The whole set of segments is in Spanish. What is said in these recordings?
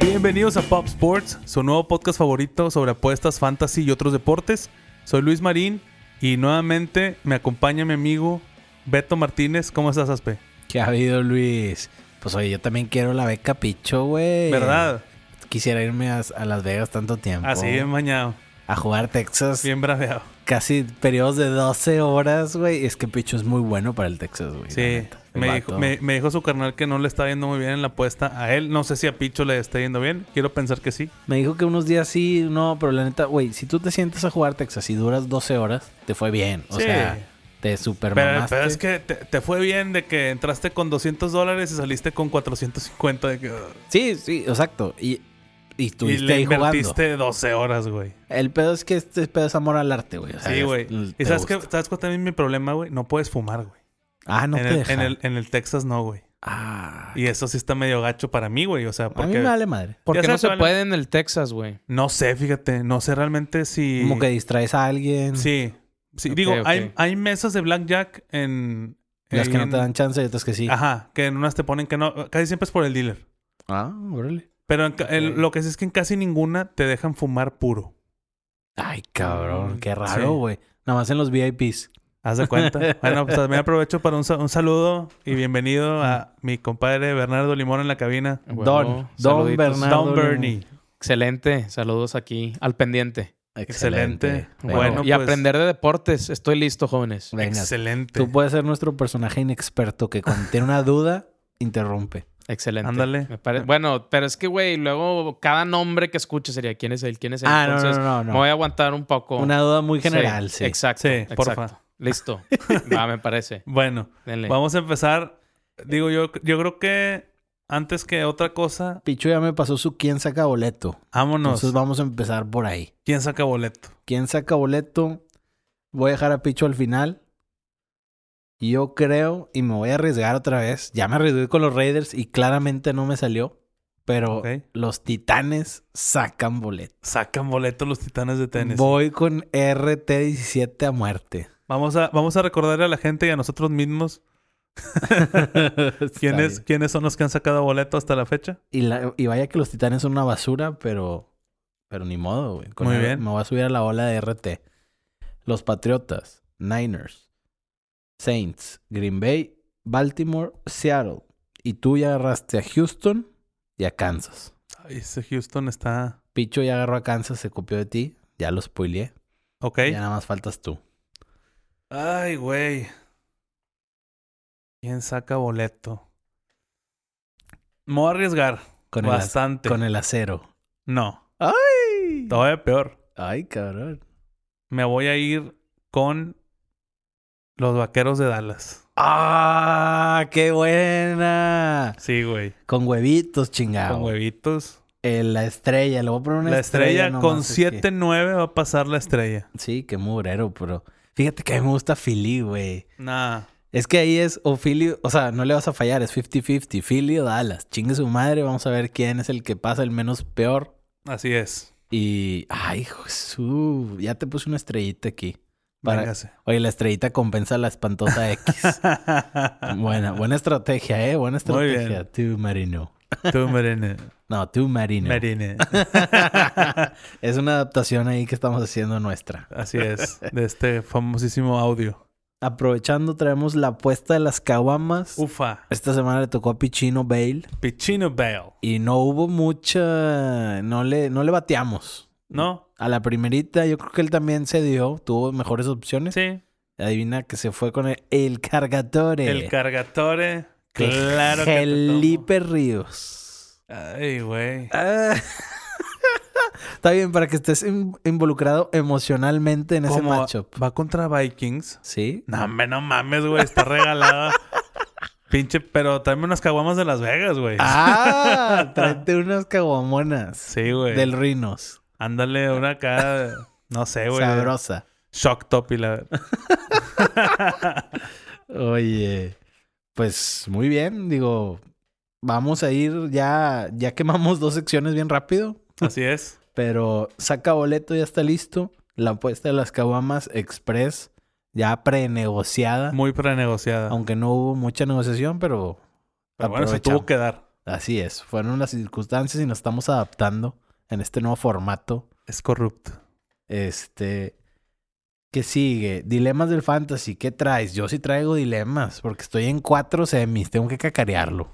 Bienvenidos a Pop Sports, su nuevo podcast favorito sobre apuestas, fantasy y otros deportes. Soy Luis Marín y nuevamente me acompaña mi amigo Beto Martínez. ¿Cómo estás, Aspe? ¿Qué ha habido, Luis? Pues oye, yo también quiero la beca picho, güey. ¿Verdad? Ah, Quisiera irme a, a Las Vegas tanto tiempo. Así, bien mañado, A jugar Texas. bien braveado. Casi periodos de 12 horas, güey. Es que Picho es muy bueno para el Texas, güey. la Sí, neta. El me dijo, vato. me- me dijo su carnal que no le está yendo muy bien en la apuesta a él. No sé si a Picho le está yendo bien. Quiero pensar que sí. Me dijo que unos días sí, no, pero la neta, güey, si tú te sientas a jugar Texas y duras 12 horas, te fue bien. O Sí. sea, te super Pero, pero es que te, te fue bien de que entraste con 200 dólares y saliste con 450. De que, Sí, sí, exacto. Y, y y estuviste le ahí jugando. invertiste 12 horas, güey. El pedo es que este pedo es amor al arte, güey. O sea, Sí, es- mm, güey. te ¿Y sabes, gusta. qué, sabes cuál también es mi problema, güey? No puedes fumar, güey. Ah, no en, te el, dejan. en el- en el Texas no, güey. Ah, Y eso sí está medio gacho para mí, güey. O sea, a mí porque... me vale madre. Ya Porque no sabes, se vale. puede en el Texas, güey. No sé, fíjate. No sé realmente si... Como que distraes a alguien. Sí. Sí, Ok, digo, ok. Hay, hay mesas de blackjack en... Las ahí que no en- te dan chance y otras que sí. Ajá, que en unas te ponen que no... Casi siempre es por el dealer. Ah, órale. Pero en ca- en- Ok. lo que sí es que en casi ninguna te dejan fumar puro. Ay, cabrón. Qué Mm, Sí. raro, güey. Nada más en los VIPs. Haz de cuenta. bueno, pues también aprovecho para un, sa- un saludo y bienvenido a mi compadre Bernardo Limón en la cabina. Huevo, Don, Don saluditos. Bernardo. Don Bernie. Excelente, saludos aquí al pendiente. Excelente. Bueno, Venga. Bueno, y pues- aprender de deportes, estoy listo, jóvenes. Venga. Excelente. Tú puedes ser nuestro personaje inexperto que cuando tiene una duda, interrumpe. Excelente. Ándale. Me pare- Bueno, pero es que, güey, luego cada nombre que escuche sería quién es él, quién es él. Ah, no, Entonces, no, no, no. me voy a aguantar un poco. Una duda muy general, sí. Exacto. Sí, porfa. exacto. Listo. Va, me parece. Bueno, Denle. Vamos a empezar. Digo, yo, yo creo que antes que otra cosa, Pichu ya me pasó su quién saca boleto. vámonos. Entonces vamos a empezar por ahí. ¿Quién saca boleto? ¿Quién saca boleto? Voy a dejar a Picho al final. Yo creo, y me voy a arriesgar otra vez. Ya me arriesgué con los Raiders y claramente no me salió. Pero Ok. los Titanes sacan boleto. Sacan boleto los titanes de tenis. Voy con RT17 a muerte. Vamos a, vamos a recordarle a la gente y a nosotros mismos Está quiénes, bien. quiénes son los que han sacado boleto hasta la fecha. Y, la- y vaya que los Titanes son una basura, pero, pero ni modo, güey. Con Muy R- bien. Me voy a subir a la ola de RT. Los Patriotas, Niners, Saints, Green Bay, Baltimore, Seattle. Y tú ya agarraste a Houston y a Kansas. Ay, ese Houston está. Picho ya agarró a Kansas, se copió de ti. Ya lo spoileé. Ok. Ya nada más faltas tú. Ay, güey. ¿Quién saca boleto? Me voy a arriesgar Con el, ac- bastante. con el acero. No, ¡Ay! todavía peor. ¡Ay, cabrón! Me voy a ir con los vaqueros de Dallas. ¡Ah! ¡Qué buena! Sí, güey. Con huevitos, chingado. con huevitos. Eh, la estrella, le voy a poner Ah, una La estrella, con nomás, es que- 7-9 va a pasar la estrella. Sí, qué mugrero, pero. Fíjate que a mí me gusta Philly, güey. Nah. Es que ahí es o Philly, o sea, no le vas a fallar, es 50-50. Philly o Dallas. Chingue su madre, vamos a ver quién es el que pasa el menos peor. Así es. Y. Ay, Jesús. Ya te puse una estrellita aquí. Para- Véngase. Oye, la estrellita compensa la espantosa X. buena, buena estrategia, ¿eh? Buena Muy bien. estrategia. Tú, Marino. Tú, Marine. No, tú, Marino. Marine. es una adaptación ahí que estamos haciendo nuestra. Así es. De este famosísimo audio. Aprovechando, traemos la apuesta de las caguamas. Ufa. Esta semana le tocó a Pichino Bale Pichino Bell. y no hubo mucha. No le, no le bateamos. ¿No? A la primerita, yo creo que él también se dio, tuvo mejores opciones. Sí. Adivina que se fue con el, el cargatore. El cargatore. de Claro que te tomo. Felipe Ríos. Ay, güey. Ah. Está bien, para que estés in- involucrado emocionalmente en ese ¿Cómo va- matchup. Va contra Vikings. ¿Sí? No, hombre, no mames, güey. Está regalada. Pinche, pero tráeme unas caguamas de Las Vegas, güey. Ah, tráete unas caguamonas Sí, güey. del Rinos. Ándale una cara, no sé, Eh, güey. Sabrosa. Shock top y la... Oye, pues muy bien, digo, vamos a ir ya, ya quemamos dos secciones bien rápido, Así es. pero saca boleto, ya está listo. La apuesta de las caguamas express ya prenegociada, Muy prenegociada. aunque no hubo mucha negociación, pero, Pero bueno, se aprovechamos. tuvo que dar. Así es, fueron las circunstancias y nos estamos adaptando en este nuevo formato. Es corrupto. Este, ¿qué sigue? Dilemas del fantasy, ¿qué traes? Yo sí traigo dilemas, porque estoy en cuatro semis, tengo que cacarearlo.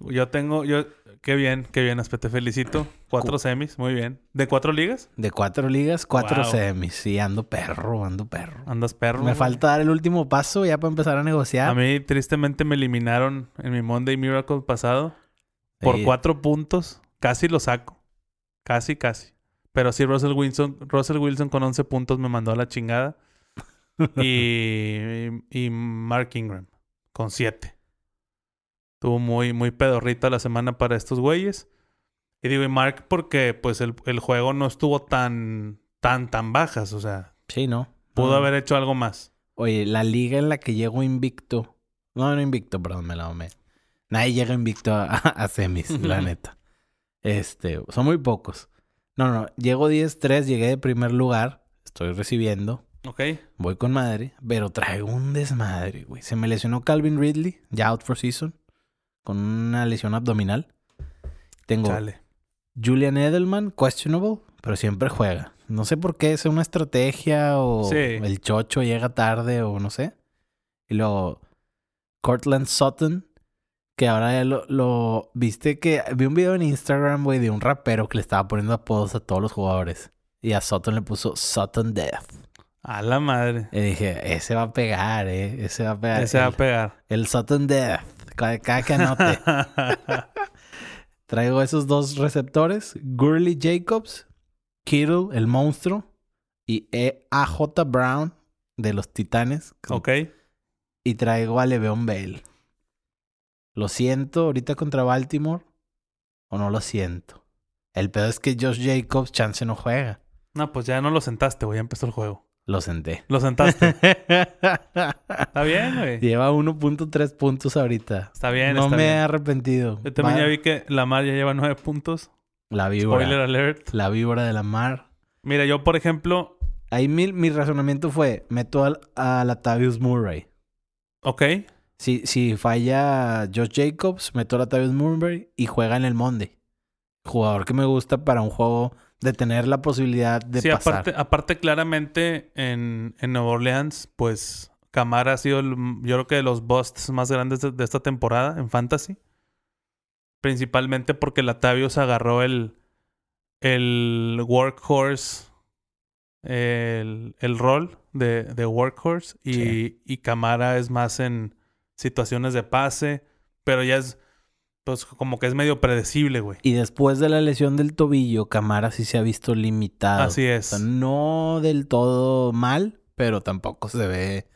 Yo tengo, yo, qué bien, qué bien, Aspe, te felicito. Cuatro semis, muy bien. ¿De cuatro ligas? De cuatro ligas, cuatro Wow. semis. Sí, ando perro, ando perro. Andas perro. Me güey. falta dar el último paso ya para empezar a negociar. A mí, tristemente, me eliminaron en mi Monday Miracle pasado por Sí. cuatro puntos. Casi lo saco. Casi, casi. Pero sí, Russell Wilson, Russell Wilson con 11 puntos me mandó a la chingada. y, y Mark Ingram con 7. Estuvo muy, muy pedorrita la semana para estos güeyes. Y digo, y Mark, porque pues el, el juego no estuvo tan, tan, tan bajas. O sea, Sí, ¿no? pudo No. haber hecho algo más. Oye, la liga en la que llego invicto. No, no invicto, perdón, me la mamé. Nadie llega invicto a, a semis, la neta. Este, son muy pocos. No, no, llego 10-3, llegué de primer lugar. Estoy recibiendo. ¿Ok? Voy con madre, pero traigo un desmadre, güey. Se me lesionó Calvin Ridley, ya out for season, con una lesión abdominal. Tengo Chale. Julian Edelman, questionable, pero siempre juega. No sé por qué, es una estrategia o Sí. el chocho llega tarde o no sé. Y luego Cortland Sutton, que ahora ya lo, lo- Viste que... Vi un video en Instagram, güey, de un rapero que le estaba poniendo apodos a todos los jugadores. Y a Sutton le puso Sutton Death. A la madre. Y dije, ese va a pegar, ¿eh? Ese va a pegar. Ese va a el, pegar. el Sutton Death. Cada, cada que anote. Traigo esos dos receptores, Gurley Jacobs, Kittle, el monstruo, y E- AJ Brown de los Titanes. ok. Y traigo a Le'Veon Bell. Lo siento ahorita contra Baltimore o no lo siento. El pedo es que Josh Jacobs chance no juega. No, pues ya no lo sentaste, güey. Ya empezó el juego. Lo senté. Lo sentaste. Está bien, güey. Lleva 1.3 puntos ahorita. Está bien, no está me he bien. arrepentido. Yo también Va- ya vi que Lamar ya lleva nueve puntos. La víbora. Spoiler alert. La víbora de la mar. Mira, yo, por ejemplo, Ahí mi, mi razonamiento fue, meto al, a Latavius Murray. ok, Si, si falla Josh Jacobs, meto a Latavius Murray y juega en el Monday. Jugador que me gusta para un juego de tener la posibilidad de sí, pasar. aparte, aparte claramente en, en Nueva Orleans, pues Camara ha sido, el- yo creo que de los busts más grandes de, de esta temporada en Fantasy. Principalmente porque Latavius agarró el, el workhorse, el, el rol de, de workhorse y, Sí. y Camara es más en situaciones de pase, pero ya es, pues como que es medio predecible, güey. Y después de la lesión del tobillo, Camara sí se ha visto limitado. Así O es. sea, no del todo mal, pero tampoco se ve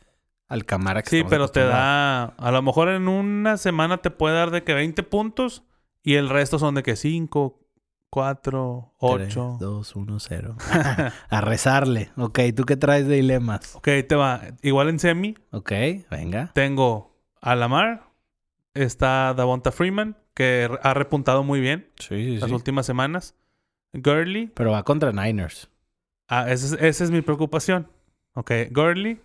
al Camara que Sí, estamos pero te acostumbrados. da. A lo mejor en una semana te puede dar de que 20 puntos y el resto son de que 5, 4, 8. 2, 1, 0. A rezarle. Ok, ¿tú qué traes de dilemas? Ok, ahí te va. Igual en semi Ok, venga. tengo a Lamar, está Davonta Freeman, que re- ha repuntado muy bien Sí, las últimas semanas. Gurley, Pero va contra Niners. ah, esa, es, esa es mi preocupación. Ok, Gurley,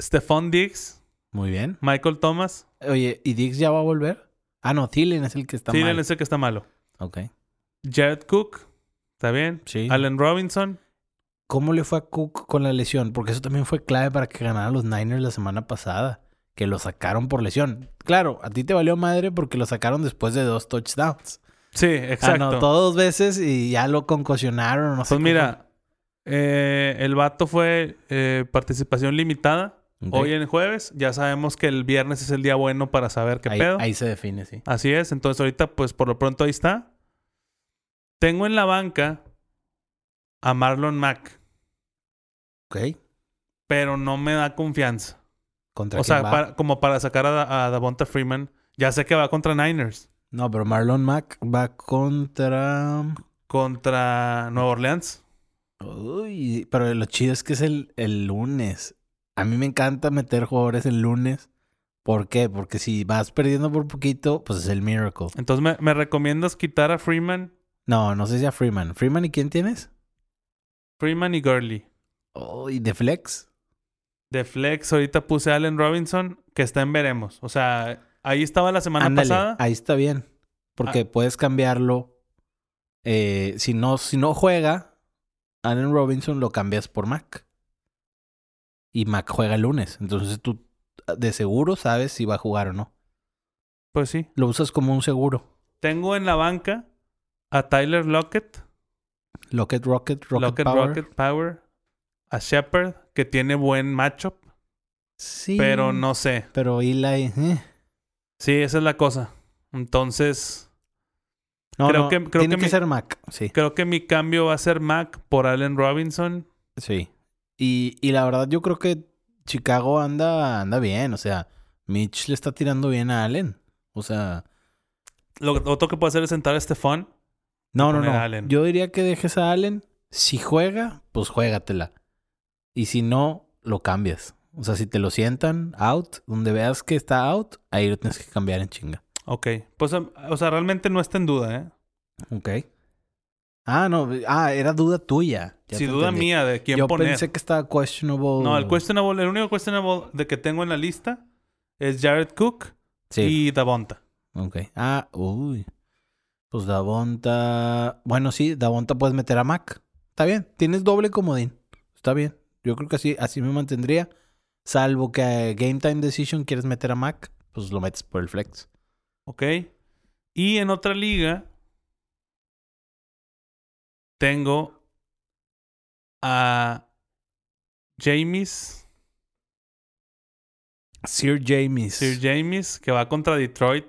Stephon Diggs, Muy bien. Michael Thomas. Oye, ¿y Dix ya va a volver? Ah, no, Thielen es el que está Sí, mal. ese que está malo. Ok. Jared Cook, está bien. Sí. Allen Robinson. ¿Cómo le fue a Cook con la lesión? Porque eso también fue clave para que ganaran los Niners la semana pasada. Que lo sacaron por lesión. Claro, a ti te valió madre porque lo sacaron después de dos touchdowns. Sí, exacto. Anotó dos veces y ya lo concocionaron. No sé Pues qué mira, eh, el vato fue eh, participación limitada. fue. Ok. Hoy en jueves, ya sabemos que el viernes es el día bueno para saber qué ahí, pedo. ahí se define, sí. Así es, entonces ahorita pues por lo pronto ahí está. Tengo en la banca a Marlon Mack, Ok. pero no me da confianza. ¿Contra O quién sea, va? para- como para sacar a, Da- a Davonta Freeman, ya sé que va contra Niners, No, pero Marlon Mack va contra... contra Nueva Orleans. Uy, pero lo chido es que es el, el lunes. A mí me encanta meter jugadores el lunes. ¿Por qué? Porque si vas perdiendo por poquito, pues es el miracle. Entonces me, me recomiendas quitar a Freeman, No, no sé si a Freeman. ¿Freeman y quién tienes? Freeman y Gurley. Uy, de flex. De Flex, ahorita puse a Allen Robinson, que está en veremos. O sea, ahí estaba la semana Ándale, pasada. Ah. ahí está bien. Porque puedes cambiarlo. eh, si, no, si no juega, Allen Robinson lo cambias por Mac. Y Mac juega el lunes. Entonces tú de seguro sabes si va a jugar o no. Pues sí. Lo usas como un seguro. Tengo en la banca a Tyler Lockett, Locket Rocket, Rocket Lockett Power. Rocket Power, a Shepard, que tiene buen matchup, Sí. pero no sé. Pero Eli. eh. Sí, esa es la cosa. Entonces, No, Creo no, que- creo tiene que que, mi- ser Mac. Sí. creo que mi cambio va a ser Mac por Allen Robinson. Sí. Y, y la verdad, yo creo que Chicago anda, anda bien. O sea, Mitch le está tirando bien a Allen. O sea. Lo otro que puedo hacer es sentar a Stefan. No, no, poner no. a Allen. Yo diría que dejes a Allen. Si juega, pues juégatela. Y si no, lo cambias. O sea, si te lo sientan out, donde veas que está out, ahí lo tienes que cambiar en chinga. Ok. Pues, um, o sea, realmente no está en duda, ¿eh? Ok. Ah, no. Ah, era duda tuya. Ya Si te duda entendí. mía de quién Yo poner. pensé que estaba questionable. No, el questionable, el único questionable de que tengo en la lista es Jared Cook Sí. y Davonta. Ok. Ah, uy. Pues Davonta. Bueno, sí, Davonta puedes meter a Mac. Está bien. Tienes doble comodín. Está bien. Yo creo que así, así me mantendría. Salvo que a Game Time Decision quieres meter a Mac, pues lo metes por el flex. ¿Ok? Y en otra liga tengo a James, Sir James. Sir James, que va contra Detroit,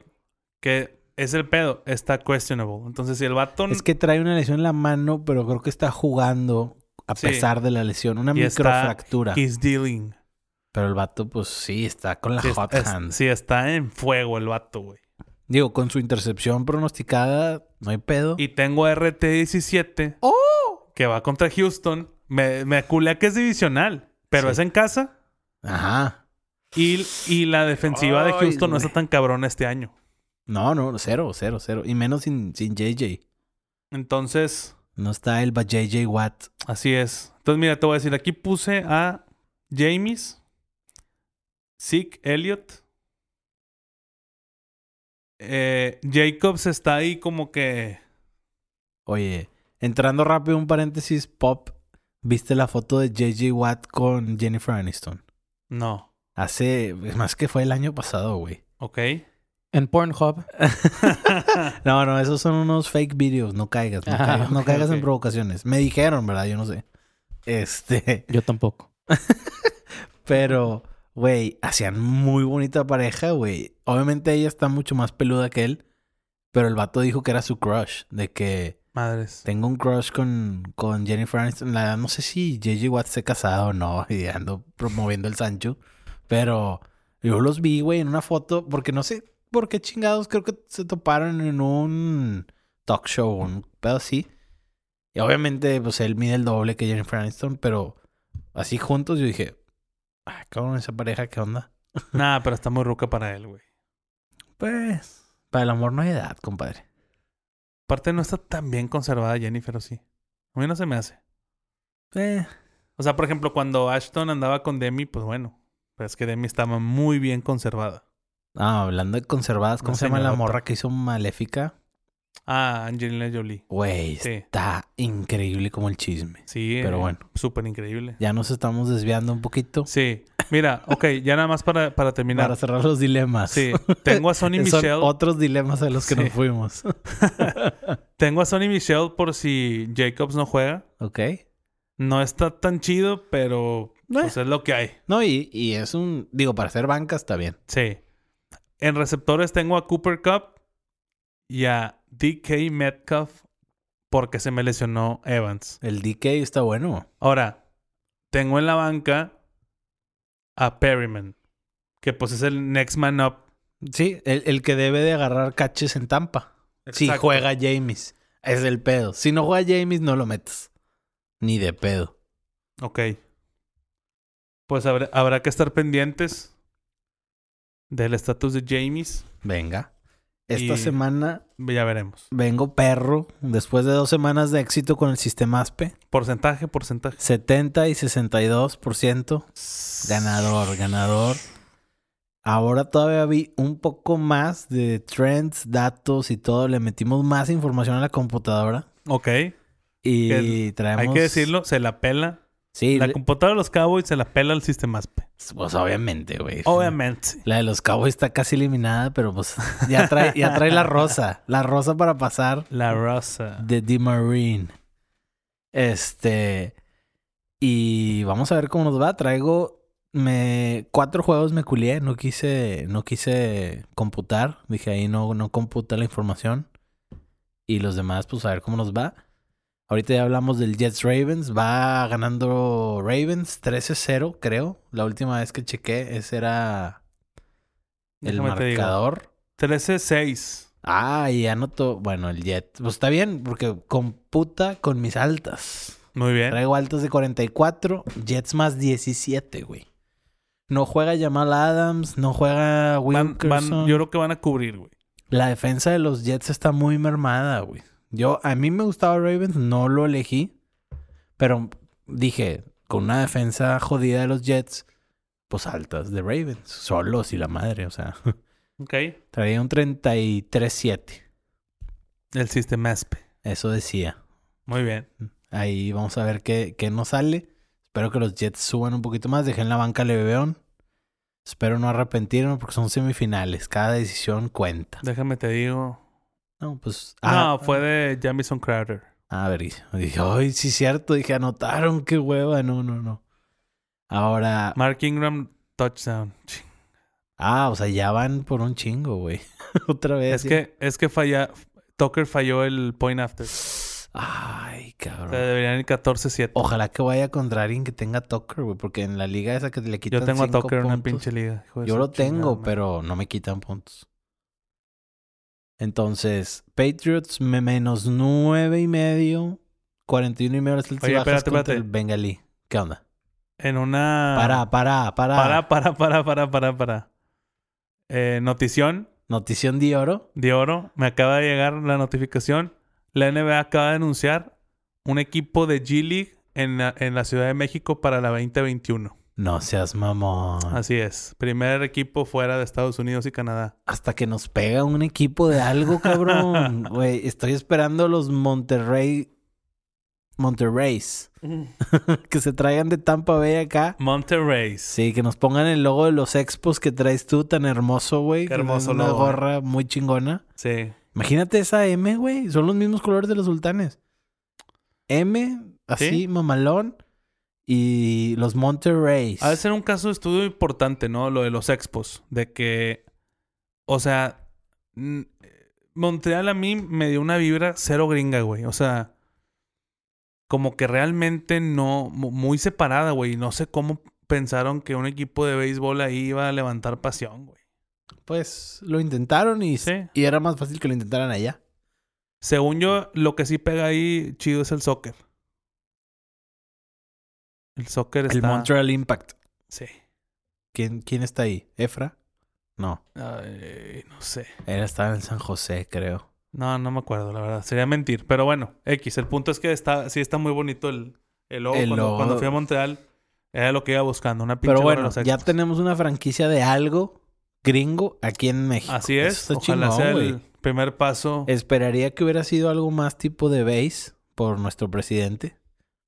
que es el pedo, está questionable. Entonces, si el vato... Es que trae una lesión en la mano, pero creo que está jugando a Sí. pesar de la lesión. Una Y está- microfractura. He's dealing. Pero el vato, pues sí, está con la Si hot es- hand. si está en fuego el vato, güey. Digo, con su intercepción pronosticada, no ¡Oh! hay pedo. Y tengo a RT17. Que va contra Houston. Me, me culea que es divisional. Pero Sí. es en casa. Ajá. Y, y la defensiva de Ay, Houston no güey. está tan cabrona este año. No, no, cero, cero, cero. Y menos sin, sin JJ. Entonces, No está el ba- JJ Watt. así es. Entonces, mira, te voy a decir. Aquí puse a James. Zeke Elliott. eh, Jacobs está ahí como que... Oye, entrando rápido un paréntesis, Pop, ¿viste la foto de JJ Watt con Jennifer Aniston? No. Hace, es más que fue el año pasado, güey. ¿Ok? En Pornhub. No, no, esos son unos fake videos, no caigas, no Ah, caigas, no ok, caigas ok. en provocaciones. Me dijeron, ¿verdad? Yo no sé. Este, Yo tampoco. pero, güey, hacían muy bonita pareja, güey. Obviamente ella está mucho más peluda que él, pero el vato dijo que era su crush, de que... Madres. Tengo un crush con, con Jennifer Aniston. La, no sé si JJ Watt se ha casado o no. Y ando promoviendo el Sancho. Pero yo los vi, güey, en una foto. Porque no sé por qué chingados. Creo que se toparon en un talk show o un pedo así. Y obviamente, pues él mide el doble que Jennifer Aniston. Pero así juntos yo dije... Ah, cabrón, esa pareja, ¿qué onda? Nada, pero está muy ruca para él, güey. Pues... Para el amor no hay edad, compadre. Aparte, no está tan bien conservada Jennifer, ¿o sí? A mí no se me hace. Eh, O sea, por ejemplo, cuando Ashton andaba con Demi, pues bueno. Pero es que Demi estaba muy bien conservada. Ah, hablando de conservadas, ¿cómo Una se llama la señorota. morra que hizo Maléfica? Ah, Angelina Jolie. Güey, Sí. está increíble como el chisme. Sí, Pero eh, bueno. Súper increíble. Ya nos estamos desviando un poquito Sí. Mira, ok, ya nada más para, para terminar. para cerrar los dilemas. Eh, Sí. Tengo a Sonny Son Michelle. otros dilemas a los que Sí. nos fuimos. Tengo a Sonny Michelle por si Jacobs no juega. ok. No está tan chido, Eh. pero pues es lo que hay. No, y, y es un... Digo, para hacer banca está bien. Sí. En receptores tengo a Cooper Cup y a DK Metcalf porque se me lesionó Evans. El DK está bueno. Ahora, tengo en la banca a Perryman, que pues es el next man up. Sí, el, el que debe de agarrar caches en Tampa. Si Exacto. juega James. Es el pedo. Si no juega James, no lo metes. Ni de pedo. Ok. Pues habrá, habrá que estar pendientes del estatus de James. Venga. Esta Y- semana Ya veremos. vengo perro. Después de dos semanas de éxito con el sistema ASPE. Porcentaje, porcentaje. 70 y 62%. Ganador, ganador. Ahora todavía vi un poco más de trends, datos y todo. Le metimos más información a la computadora. Ok. Y Que traemos. Hay que decirlo, se la pela. Sí, la le- computadora de los Cowboys se la pela el sistema ASP. pues obviamente, güey. Obviamente. La de los Cowboys está casi eliminada, pero pues ya trae, ya trae la rosa. La rosa para pasar La raza. de The Marine. Este. Y vamos a ver cómo nos va. Traigo. Me, cuatro juegos me culié. No quise. No quise computar. Dije ahí no, no computa la información. Y los demás, pues a ver cómo nos va. Ahorita ya hablamos del Jets Ravens. Va ganando Ravens 13-0, creo. La última vez que chequé, ese era el Déjame te digo. marcador. 13-6. Ah, y anotó. Bueno, el Jet. Pues está bien, porque computa con mis altas. Muy bien. Traigo altas de 44, Jets más 17, güey. No juega Jamal Adams, no juega Van- van- Wilkerson. yo creo que van a cubrir, güey. La defensa de los Jets está muy mermada, güey. Yo, a mí me gustaba Ravens, no lo elegí. Pero dije, con una defensa jodida de los Jets, pues altas de Ravens. Solos y la madre, o sea. Ok. Traía un 33-7. El sistema ASP. Eso decía. Muy bien. Ahí vamos a ver qué, qué nos sale. Espero que los Jets suban un poquito más. Dejen la banca Leveón. Espero no arrepentirme porque son semifinales. Cada decisión cuenta. Déjame te digo. No, pues. ah, no, fue de Jamison Crowder. A ver, y- dije, ay, sí, cierto. Dije, anotaron, qué hueva. No, no, no. Ahora. Mark Ingram, touchdown. Ching. Ah, o sea, ya van por un chingo, güey. Otra vez. Es que, es que falla. Tucker falló el point after. O Ay, sea, cabrón. deberían ir 14-7. Ojalá que vaya contra alguien que tenga Tucker, güey. Porque en la liga esa que le quitan Yo tengo a cinco Tucker en una puntos. pinche liga. hijo de Yo su lo chingada tengo, madre. pero no me quitan puntos. Entonces, Patriots me- menos nueve y medio. 41 y medio las altas y Oye, bajas espérate, contra espérate. el Bengalí. ¿Qué onda? En una. Para, para, para. Para, para, para, para, para, para. Eh, notición Notición de oro. de oro. Me acaba de llegar la notificación. La NBA acaba de anunciar un equipo de G League en la, en la Ciudad de México para la 2021. No seas mamón. Así es. Primer equipo fuera de Estados Unidos y Canadá. Hasta que nos pega un equipo de algo, cabrón. Güey, estoy esperando los Monterrey. Monterreys. Mm. que se traigan de Tampa Bay acá. Monterrey. Sí, que nos pongan el logo de los expos que traes tú tan hermoso, güey. Qué que traes hermoso Una logo, gorra muy chingona. Sí. Imagínate esa M, güey. Son los mismos colores de los sultanes. M, así, Sí. mamalón. Y los Monterreys. Ha de ser un caso de estudio importante, ¿no? Lo de los expos. De que. O sea. mm, Montreal a mí me dio una vibra cero gringa, güey. O sea. Como que realmente no. mu- Muy separada, güey. No sé cómo pensaron que un equipo de béisbol ahí iba a levantar pasión, güey. Pues lo intentaron y, Sí. y era más fácil que lo intentaran allá. Según yo, lo que sí pega ahí chido es el soccer. El soccer está. El Montreal Impact. Sí. ¿Quién, ¿Quién está ahí? ¿Efra? No. Ay, no sé. Él estaba en San José, creo. No, no me acuerdo, la verdad. Sería mentir. Pero bueno, X. El punto es que está, sí está muy bonito el, el logo. El cuando, logo. cuando fui a Montreal, era lo que iba buscando. Una pinche Pero gorra de bueno, los ya Expos. tenemos una franquicia de algo gringo aquí en México. Así Eso es. está Ojalá chingón, sea el güey. primer paso. Esperaría que hubiera sido algo más tipo de base por nuestro presidente.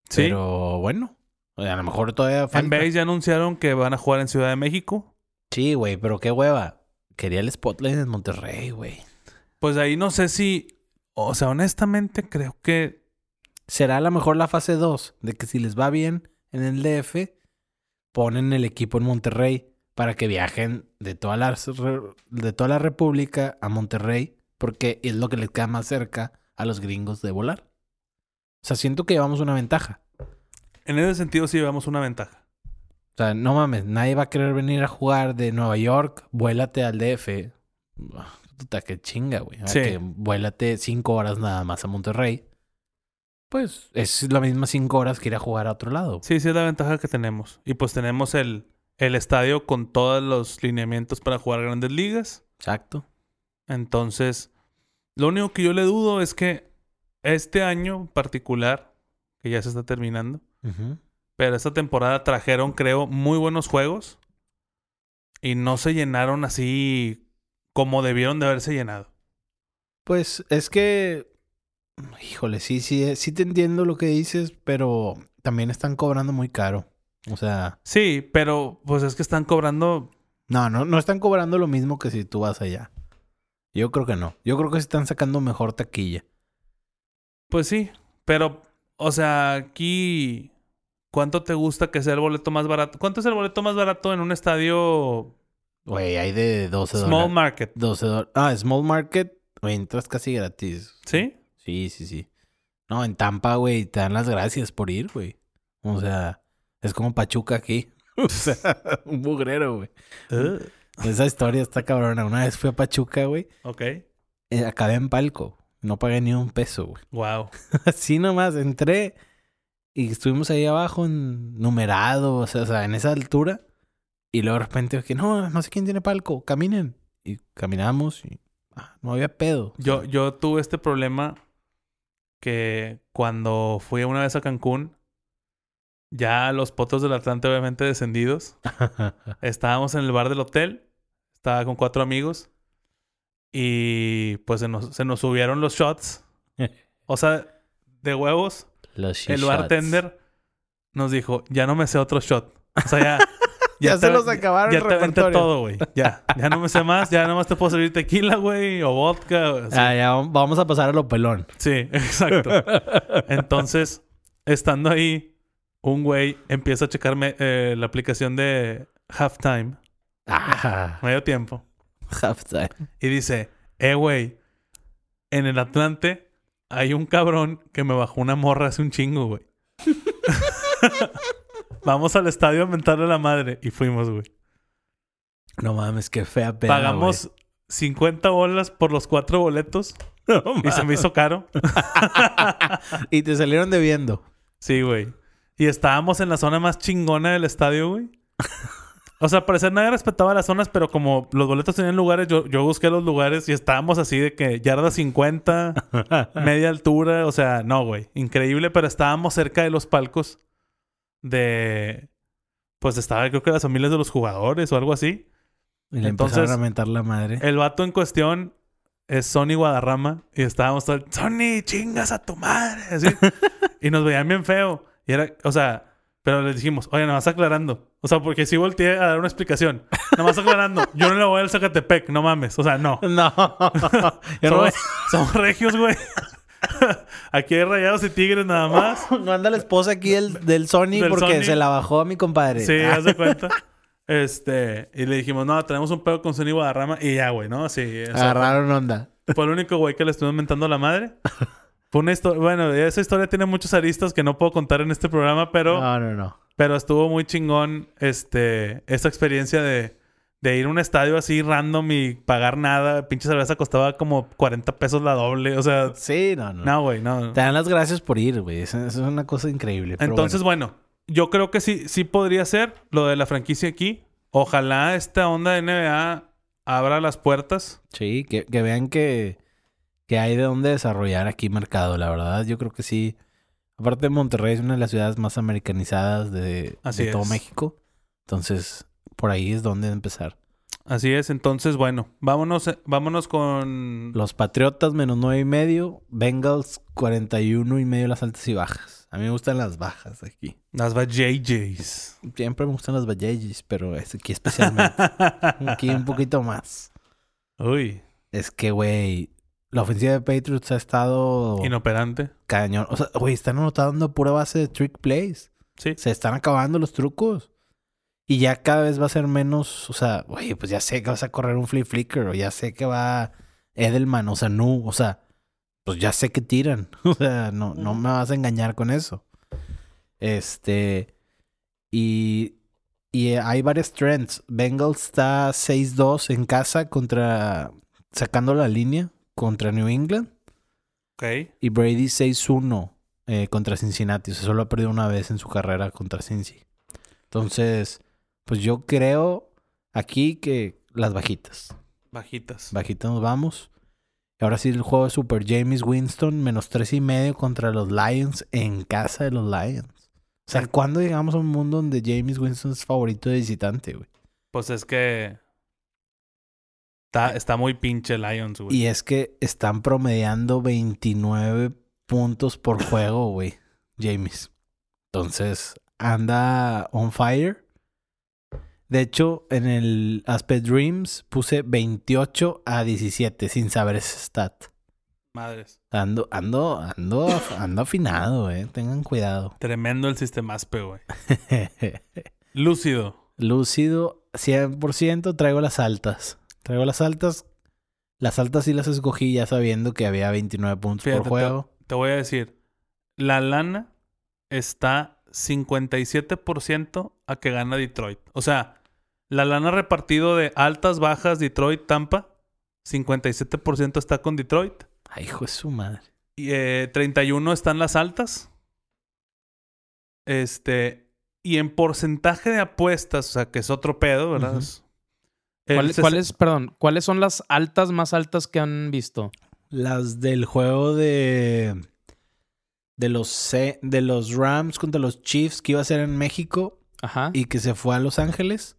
sí. Pero bueno, o sea, a lo mejor todavía falta. en base ya anunciaron que van a jugar en Ciudad de México. Sí, güey, pero qué hueva. Quería el spotlight en Monterrey, güey. Pues ahí no sé si. O sea, honestamente creo que. Será a lo mejor la fase 2 de que si les va bien en el DF, ponen el equipo en Monterrey para que viajen de toda la, de toda la República a Monterrey, porque es lo que les queda más cerca a los gringos de volar. O sea, siento que llevamos una ventaja. En ese sentido sí llevamos una ventaja. O sea, no mames, nadie va a querer venir a jugar de Nueva York, vuélate al DF. Ah, Puta, qué chinga, güey. Ahora Sí. Que vuélate cinco horas nada más a Monterrey. Pues es la misma cinco horas que ir a jugar a otro lado. Sí, sí es la ventaja que tenemos. Y pues tenemos el, el estadio con todos los lineamientos para jugar grandes ligas. Exacto. Entonces, lo único que yo le dudo es que este año en particular, que ya se está terminando, pero esta temporada trajeron, creo, muy buenos juegos y no se llenaron así como debieron de haberse llenado. Pues es que, híjole, sí, sí, sí te entiendo lo que dices, pero también están cobrando muy caro. O sea, Sí, pero pues es que están cobrando. no, no, no están cobrando lo mismo que si tú vas allá. Yo creo que no. Yo creo que se están sacando mejor taquilla. Pues sí, pero, o sea, aquí. ¿Cuánto te gusta que sea el boleto más barato? ¿Cuánto es el boleto más barato en un estadio Güey, hay de 12 small dólares. market? 12 dólares. Ah, Small Market, güey, entras casi gratis. ¿Sí? Sí, sí, sí. No, en Tampa, güey, te dan las gracias por ir, güey. O sea, es como Pachuca aquí. O sea, un bugrero, güey. Esa historia está cabrona. Una vez fui a Pachuca, güey. ok. eh, Acabé en palco. No pagué ni un peso, güey. Wow. Así nomás entré y estuvimos ahí abajo en numerado, o sea, o sea, en esa altura. Y luego de repente que no, no sé quién tiene palco, caminen. Y caminamos y ah, no había pedo. Yo, yo tuve este problema que cuando fui una vez a Cancún, ya los potos del Atlante obviamente descendidos, estábamos en el bar del hotel, estaba con cuatro amigos y pues se nos, se nos subieron los shots. O sea, de huevos, Los el bartender nos dijo, ya no me sé otro shot. O sea, ya... Ya, se te- los acabaron ya el te aventé repertorio. todo, güey. Ya. Ya no me sé más. Ya nada más te puedo servir tequila, güey. O vodka. o sea, Ah, ya vamos a pasar a lo pelón. Sí, exacto. Entonces, estando ahí, un güey empieza a checarme eh, la aplicación de halftime, Ah, medio tiempo, halftime. y dice, eh, güey, en el Atlante hay un cabrón que me bajó una morra hace un chingo, güey. Vamos al estadio a mentarle a la madre. Y fuimos, güey. No mames, qué fea peda. Pagamos 50 bolas por los cuatro boletos güey. y se me hizo caro. y te salieron debiendo. Sí, güey. Y estábamos en la zona más chingona del estadio, güey. O sea, al parecer nadie respetaba las zonas, pero como los boletos tenían lugares, yo, yo busqué los lugares y estábamos así de que yarda 50, media altura, o sea, no, güey. Increíble, pero estábamos cerca de los palcos de... Pues estaba, creo que las familias de los jugadores o algo así. Y le Entonces- eh, empezaron a mentar la madre. El vato en cuestión es Sony Guadarrama y estábamos todo, Sony, chingas a tu madre. así. y nos veían bien feo. Y era, o sea, pero les dijimos, oye, nada más aclarando. O sea, porque si volteé a dar una explicación, nada más aclarando, yo no le voy al Zacatepec, no mames. O sea, no. No. Yo no, Somos, somos regios, güey. Aquí hay rayados y tigres nada más. no anda la esposa aquí del, del Sony Del porque Sony. se la bajó a mi compadre. Sí, Ah, haz de cuenta. Este, y le dijimos, no, tenemos un pedo con Sony Guadarrama y ya, güey, ¿no? Sí, o sea, agarraron onda. Fue el único güey que le estuve inventando la madre. Fue una historia. Bueno, esa historia tiene muchos aristas que no puedo contar en este programa, pero, No, no, no. pero estuvo muy chingón este, esta experiencia de, de ir a un estadio así random y pagar nada. Pinche cerveza costaba como 40 pesos la doble. O sea, Sí, no, no. no, güey, no. Te dan las gracias por ir, güey. Eso, eso es una cosa increíble. pero Entonces, bueno, yo creo que sí, sí podría ser lo de la franquicia aquí. Ojalá esta onda de NBA abra las puertas. bueno. sí, que, que vean que, que hay de dónde desarrollar aquí mercado, la verdad. Yo creo que sí. Aparte, Monterrey es una de las ciudades más americanizadas de, Así de todo es. México. Entonces, por ahí es donde empezar. Así es, entonces, bueno, vámonos, eh, vámonos con Los Patriotas menos nueve y medio. Bengals 41 y medio las altas y bajas. A mí me gustan las bajas aquí. Las va JJs. Siempre me gustan las Valleys, pero es aquí especialmente. aquí un poquito más. Uy, Es que, güey, la ofensiva de Patriots ha estado inoperante. cañón. O sea, güey, están anotando pura base de trick plays. Sí. Se están acabando los trucos. Y ya cada vez va a ser menos. O sea, güey, pues ya sé que vas a correr un flip flicker. O ya sé que va Edelman. O sea, no. O sea, pues ya sé que tiran. O sea, no, no me vas a engañar con eso. Este. Y. Y hay varias trends. Bengals está 6-2 en casa contra. Sacando la línea contra New England. Ok. Y Brady 6-1 eh, contra Cincinnati. O sea, solo ha perdido una vez en su carrera contra Cincy. Entonces, pues yo creo aquí que las bajitas. Bajitas. Bajitas nos vamos. Y ahora sí el juego de Super James Winston, menos tres y medio contra los Lions en casa de los Lions. O sea, ¿cuándo llegamos a un mundo donde James Winston es favorito de visitante, güey? Pues es que. Está, está muy pinche Lions, güey. Y es que están promediando 29 puntos por juego, güey. James. Entonces, anda on fire. De hecho, en el Aspect Dreams puse 28 a 17 sin saber ese stat. Madres. Ando, ando, ando, af- ando afinado, eh. Tengan cuidado. Tremendo el sistema ASPE, güey. Lúcido. Lúcido, 100%, traigo las altas. Traigo las altas. Las altas sí las escogí ya sabiendo que había 29 puntos Fíjate, por te- juego. Te voy a decir. La lana está 57% a que gana Detroit. O sea, la lana repartido de altas, bajas, Detroit, Tampa. 57% está con Detroit. Ay, hijo de su madre. Y eh, 31 están las altas. Este. Y en porcentaje de apuestas, o sea, que es otro pedo, ¿verdad? Ujú. Es- el ¿Cuál- ses- ¿Cuáles, perdón, ¿cuáles son las altas más altas que han visto? Las del juego de. De los, Ce- de los Rams contra los Chiefs que iba a ser en México Ajá. y que se fue a Los Ángeles.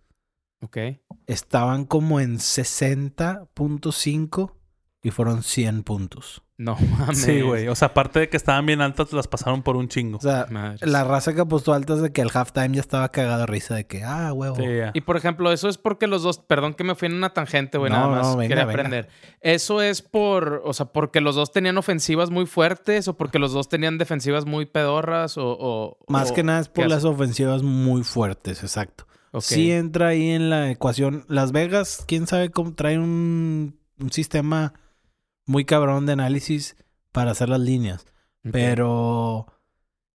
Ok. Estaban como en 60.5 y fueron 100 puntos. No mames. Sí, güey. O sea, aparte de que estaban bien altas, las pasaron por un chingo. O sea, Madres. la raza que apostó altas de que al halftime ya estaba cagada de risa de que, ah, huevo. Sí, ya. Y por ejemplo, eso es porque los dos, perdón que me fui en una tangente, güey, No, nada más no, venga, quería venga. aprender. Eso es por, o sea, porque los dos tenían ofensivas muy fuertes o porque los dos tenían defensivas muy pedorras o, o- Más o- que nada es por ¿qué las ofensivas muy fuertes, exacto. Ok. Sí entra ahí en la ecuación. Las Vegas, quién sabe cómo trae un, un sistema muy cabrón de análisis para hacer las líneas. Ok. Pero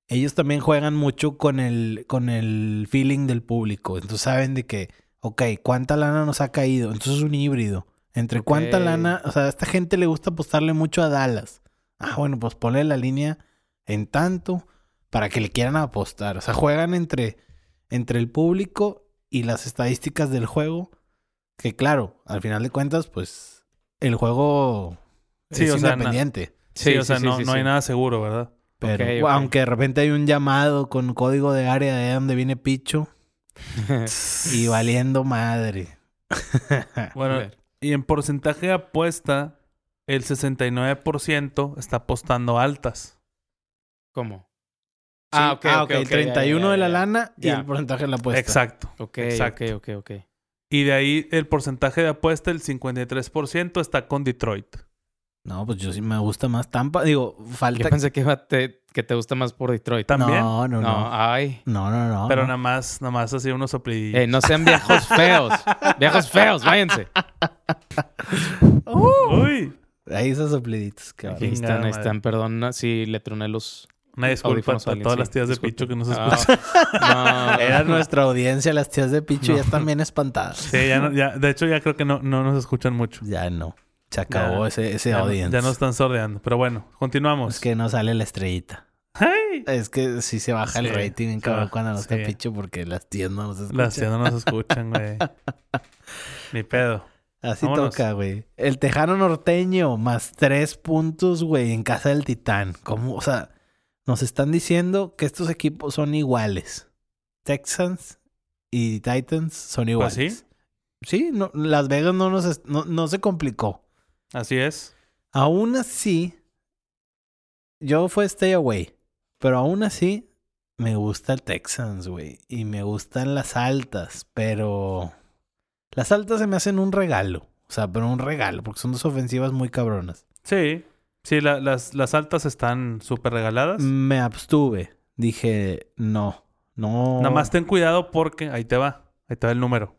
ellos también juegan mucho con el, con el feeling del público. Entonces saben de que, ok, ¿cuánta lana nos ha caído? Entonces es un híbrido. Entre cuánta Ok. lana, o sea, a esta gente le gusta apostarle mucho a Dallas. Ah, bueno, pues ponle la línea en tanto para que le quieran apostar. O sea, juegan entre, entre el público y las estadísticas del juego. Que claro, al final de cuentas, pues el juego Sí, es o sea, na- independiente. Sí, o sea, no, sí, no hay sí. nada seguro, ¿verdad? Pero, Ok, o- ok. aunque de repente hay un llamado con código de área de donde viene Picho y valiendo madre. Bueno, y en porcentaje de apuesta, el 69% está apostando altas. ¿Cómo? Ah, Sí. Ah, El 31 de la lana y Ya. el porcentaje de la apuesta. Exacto. Ok, Exacto. ok, ok, ok. Y de ahí el porcentaje de apuesta, el 53% está con Detroit. No, pues yo sí me gusta más Tampa. Digo, falta. Yo pensé que, iba a te, que te gusta más por Detroit. Tam- también. ah. No, no, no, no. ay. No, no, no. Pero no. nada más, nada más así unos soplidillos. Eh, no sean viejos feos. viejos feos, váyanse. Uy, Ahí esos sopliditos, cabrón. Aquí están, Chingada ahí madre. están. Perdón no, si le troné los una disculpa audífonos a para alguien, todas sí, las tías de disculpen. Picho que nos Ah, escuchan. no. Era nuestra audiencia, las tías de Picho ya están bien espantadas. Sí, ya no- ya- de hecho ya creo que no, no nos escuchan mucho. Ya no. Se acabó Ya, ese, ese Ya, no- audiencia. ya nos están sordeando. Pero bueno, continuamos. Es que no sale la estrellita. ¡Hey! Es que sí se baja el Sí, rating en se cabrón baja, cuando no está sí. Picho porque las tías no nos escuchan. Las tías no nos escuchan, güey. Ni pedo. Así Vámonos. toca, güey. El Tejano Norteño más tres puntos, güey, en casa del Titán. ¿Cómo? O sea, nos están diciendo que estos equipos son iguales. Texans y Titans son iguales. Pues sí. Sí, no, Las Vegas no, nos es- no, no se complicó. Así es. Aún así, yo fue stay away, pero aún así me gusta el Texans, güey, y me gustan las altas, pero las altas se me hacen un regalo, o sea, pero un regalo, porque son dos ofensivas muy cabronas. Sí. Sí, la- las, las altas están súper regaladas. Me abstuve, dije, no, no. Nada más ten cuidado porque ahí te va. Ahí te va el número.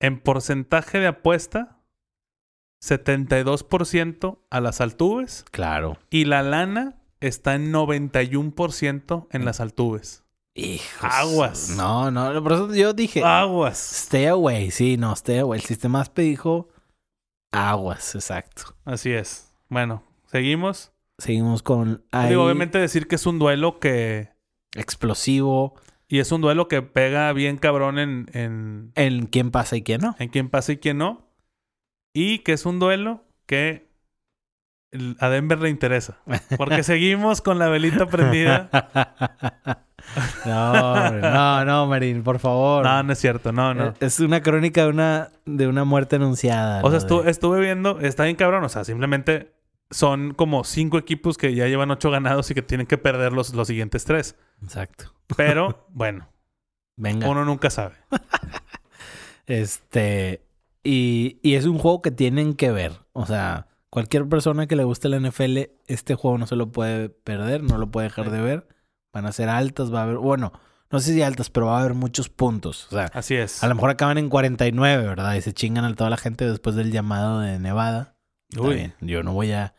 En porcentaje de apuesta, 72% a las altubes Claro. y la lana está en 91% en las altubes. Hijos. Aguas. Ah. No, no, por eso yo dije, Aguas. stay away, sí, no, stay away. El sistema ASPE dijo, aguas, exacto. Así es. Bueno, seguimos. Seguimos con... ahí, Digo, obviamente decir que es un duelo que... Explosivo. Y es un duelo que pega bien cabrón en, en, en quién pasa y quién no. en quién pasa y quién no. Y que es un duelo que el- a Denver le interesa. Porque seguimos con la velita prendida No, hombre, no, no, Marín, por favor. No, no es cierto, no, no. Eh, Es una crónica de una, de una muerte anunciada. O sea, ¿no? estu- De- estuve viendo, está bien cabrón, o sea, simplemente son como cinco equipos que ya llevan ocho ganados y que tienen que perder los, los siguientes tres. Exacto. Pero bueno, Venga. uno nunca sabe. Este. Y, y es un juego que tienen que ver. O sea, cualquier persona que le guste la NFL, este juego no se lo puede perder, no lo puede dejar de ver. Van a ser altas, va a haber. Bueno, no sé si altas, pero va a haber muchos puntos. O sea, Así es. a lo mejor acaban en 49, ¿verdad? Y se chingan a toda la gente después del llamado de Nevada. Está Uy. bien, Yo no voy a,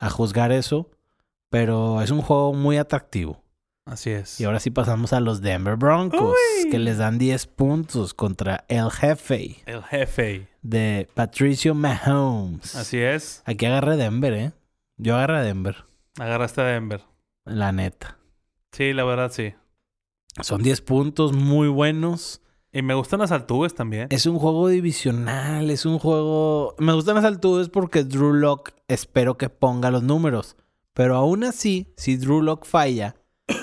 a juzgar eso. Pero es un juego muy atractivo. Así es. Y ahora sí pasamos a los Denver Broncos, Uy. que les dan 10 puntos contra el jefe El jefe. de Patricio Mahomes. Así es. Aquí agarré Denver, ¿eh? Yo agarré Denver, Agarraste a Denver. la neta. Sí, la verdad, sí. Son 10 puntos muy buenos. Y me gustan las altubes también. Es un juego divisional, es un juego... Me gustan las altudes porque Drew Lock espero que ponga los números. Pero aún así, si Drew Lock falla,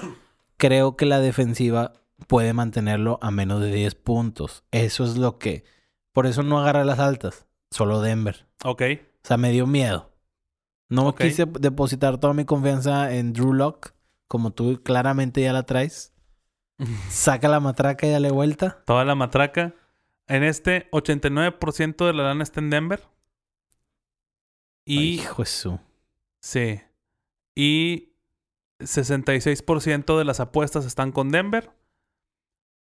creo que la defensiva puede mantenerlo a menos de 10 puntos. Eso es lo que... Por eso no agarra las altas, solo Denver. Ok. O sea, me dio miedo. No Ok. quise depositar toda mi confianza en Drew Lock, como tú claramente ya la traes. Saca la matraca y dale vuelta. Toda la matraca. En este, 89% de la lana está en Denver. Y Hijo de su. Sí. Y 66% de las apuestas están con Denver.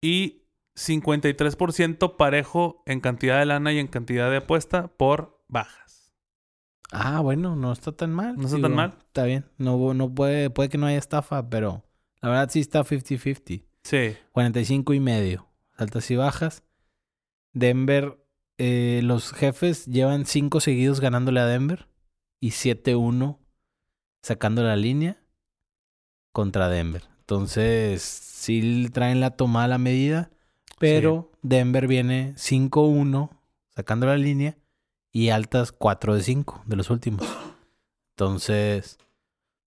Y 53% parejo en cantidad de lana y en cantidad de apuesta por bajas. Ah, bueno, no está tan mal. No está tan mal. Está bien. No, hubo- no puede, puede que no haya estafa, pero la verdad sí está 50-50. Sí. 45 y medio. Altas y bajas. Denver, eh, los jefes llevan 5 seguidos ganándole a Denver y 7-1 sacando la línea contra Denver. Entonces, sí traen la tomada a la medida, pero Denver viene 5-1 sacando la línea y altas 4 de 5 de los últimos. Entonces,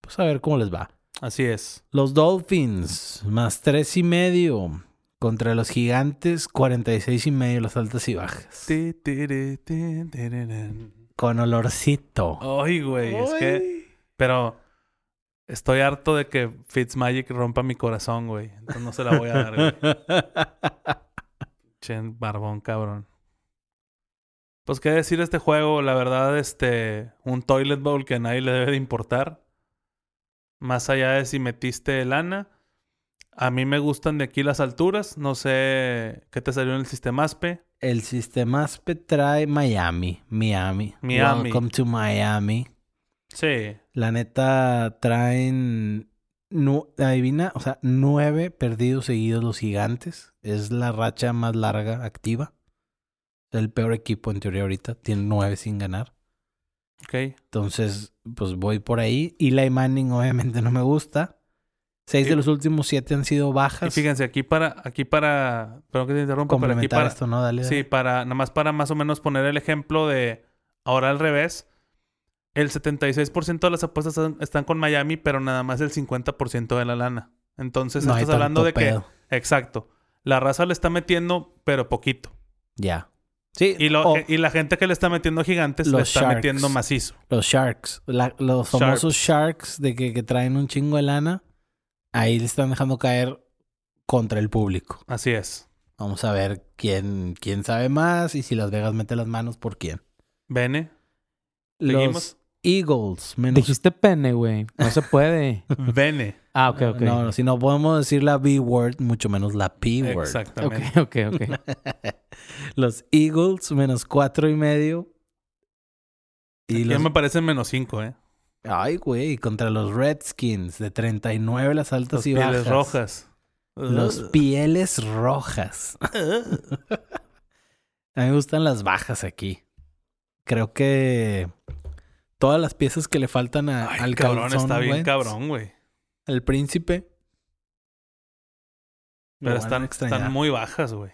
pues a ver cómo les va. Así es. Los Dolphins, más tres y medio. Contra los gigantes, 46 y medio, las altas y bajas. Ti, tiri, ti, tirirán. Con olorcito. Ay, güey. Es que. Pero estoy harto de que Fitzmagic rompa mi corazón, güey. Entonces no se la voy a dar, güey. Chen barbón, cabrón. Pues qué decir de este juego, la verdad, este, un toilet bowl que a nadie le debe de importar. Más allá de si metiste lana. A mí me gustan de aquí las alturas. No sé qué te salió en el sistema ASPE. El sistema ASPE trae Miami. Miami. Miami. Welcome to Miami. Sí. La neta traen. nu- adivina, o sea, nueve perdidos seguidos los gigantes. Es la racha más larga activa. Es el peor equipo en teoría ahorita. Tiene nueve sin ganar. Ok. Entonces, pues voy por ahí. Eli Manning obviamente no me gusta. Seis Y- de los últimos siete han sido Y bajas. fíjense, aquí para, aquí para, perdón que te interrumpa, pero aquí Complementar para, esto, ¿no? Dale. Sí, dale. para, nada más para más o menos poner el ejemplo de ahora al revés. El 76% de las apuestas están, están con Miami, pero nada más el 50% de la lana. Entonces No hay pues, estás hablando de tanto que. pedo. Exacto. La raza le está metiendo, pero poquito. Ya. Sí, Y, lo- eh, o y la gente que le está metiendo gigantes le Oh. Los está Sharks. metiendo macizo. los Sharks. la- los famosos Sharks de que, que traen un chingo de lana. Ahí le están dejando caer contra el público. Así es. Vamos a ver quién, quién sabe más y si Las Vegas mete las manos por quién. Bene. Los ¿Seguimos? Eagles. menos- Dijiste pene, güey. No se puede. Bene. Ah, ok, ok. No, si no podemos decir la B-word, mucho menos la P-word. Exactamente. ok, ok, ok. Los Eagles menos cuatro y medio. Y Ya los... me parecen menos 5, ¿eh? Ay, güey, contra los Redskins de 39 las altas Las y pieles bajas. rojas. Los pieles rojas. A mí me gustan las bajas aquí. Creo que todas las piezas que le faltan a- Ay, al cabrón, calzón está bien Wentz, cabrón, güey. Al príncipe. lo Pero van a están, extrañar. están muy bajas, güey.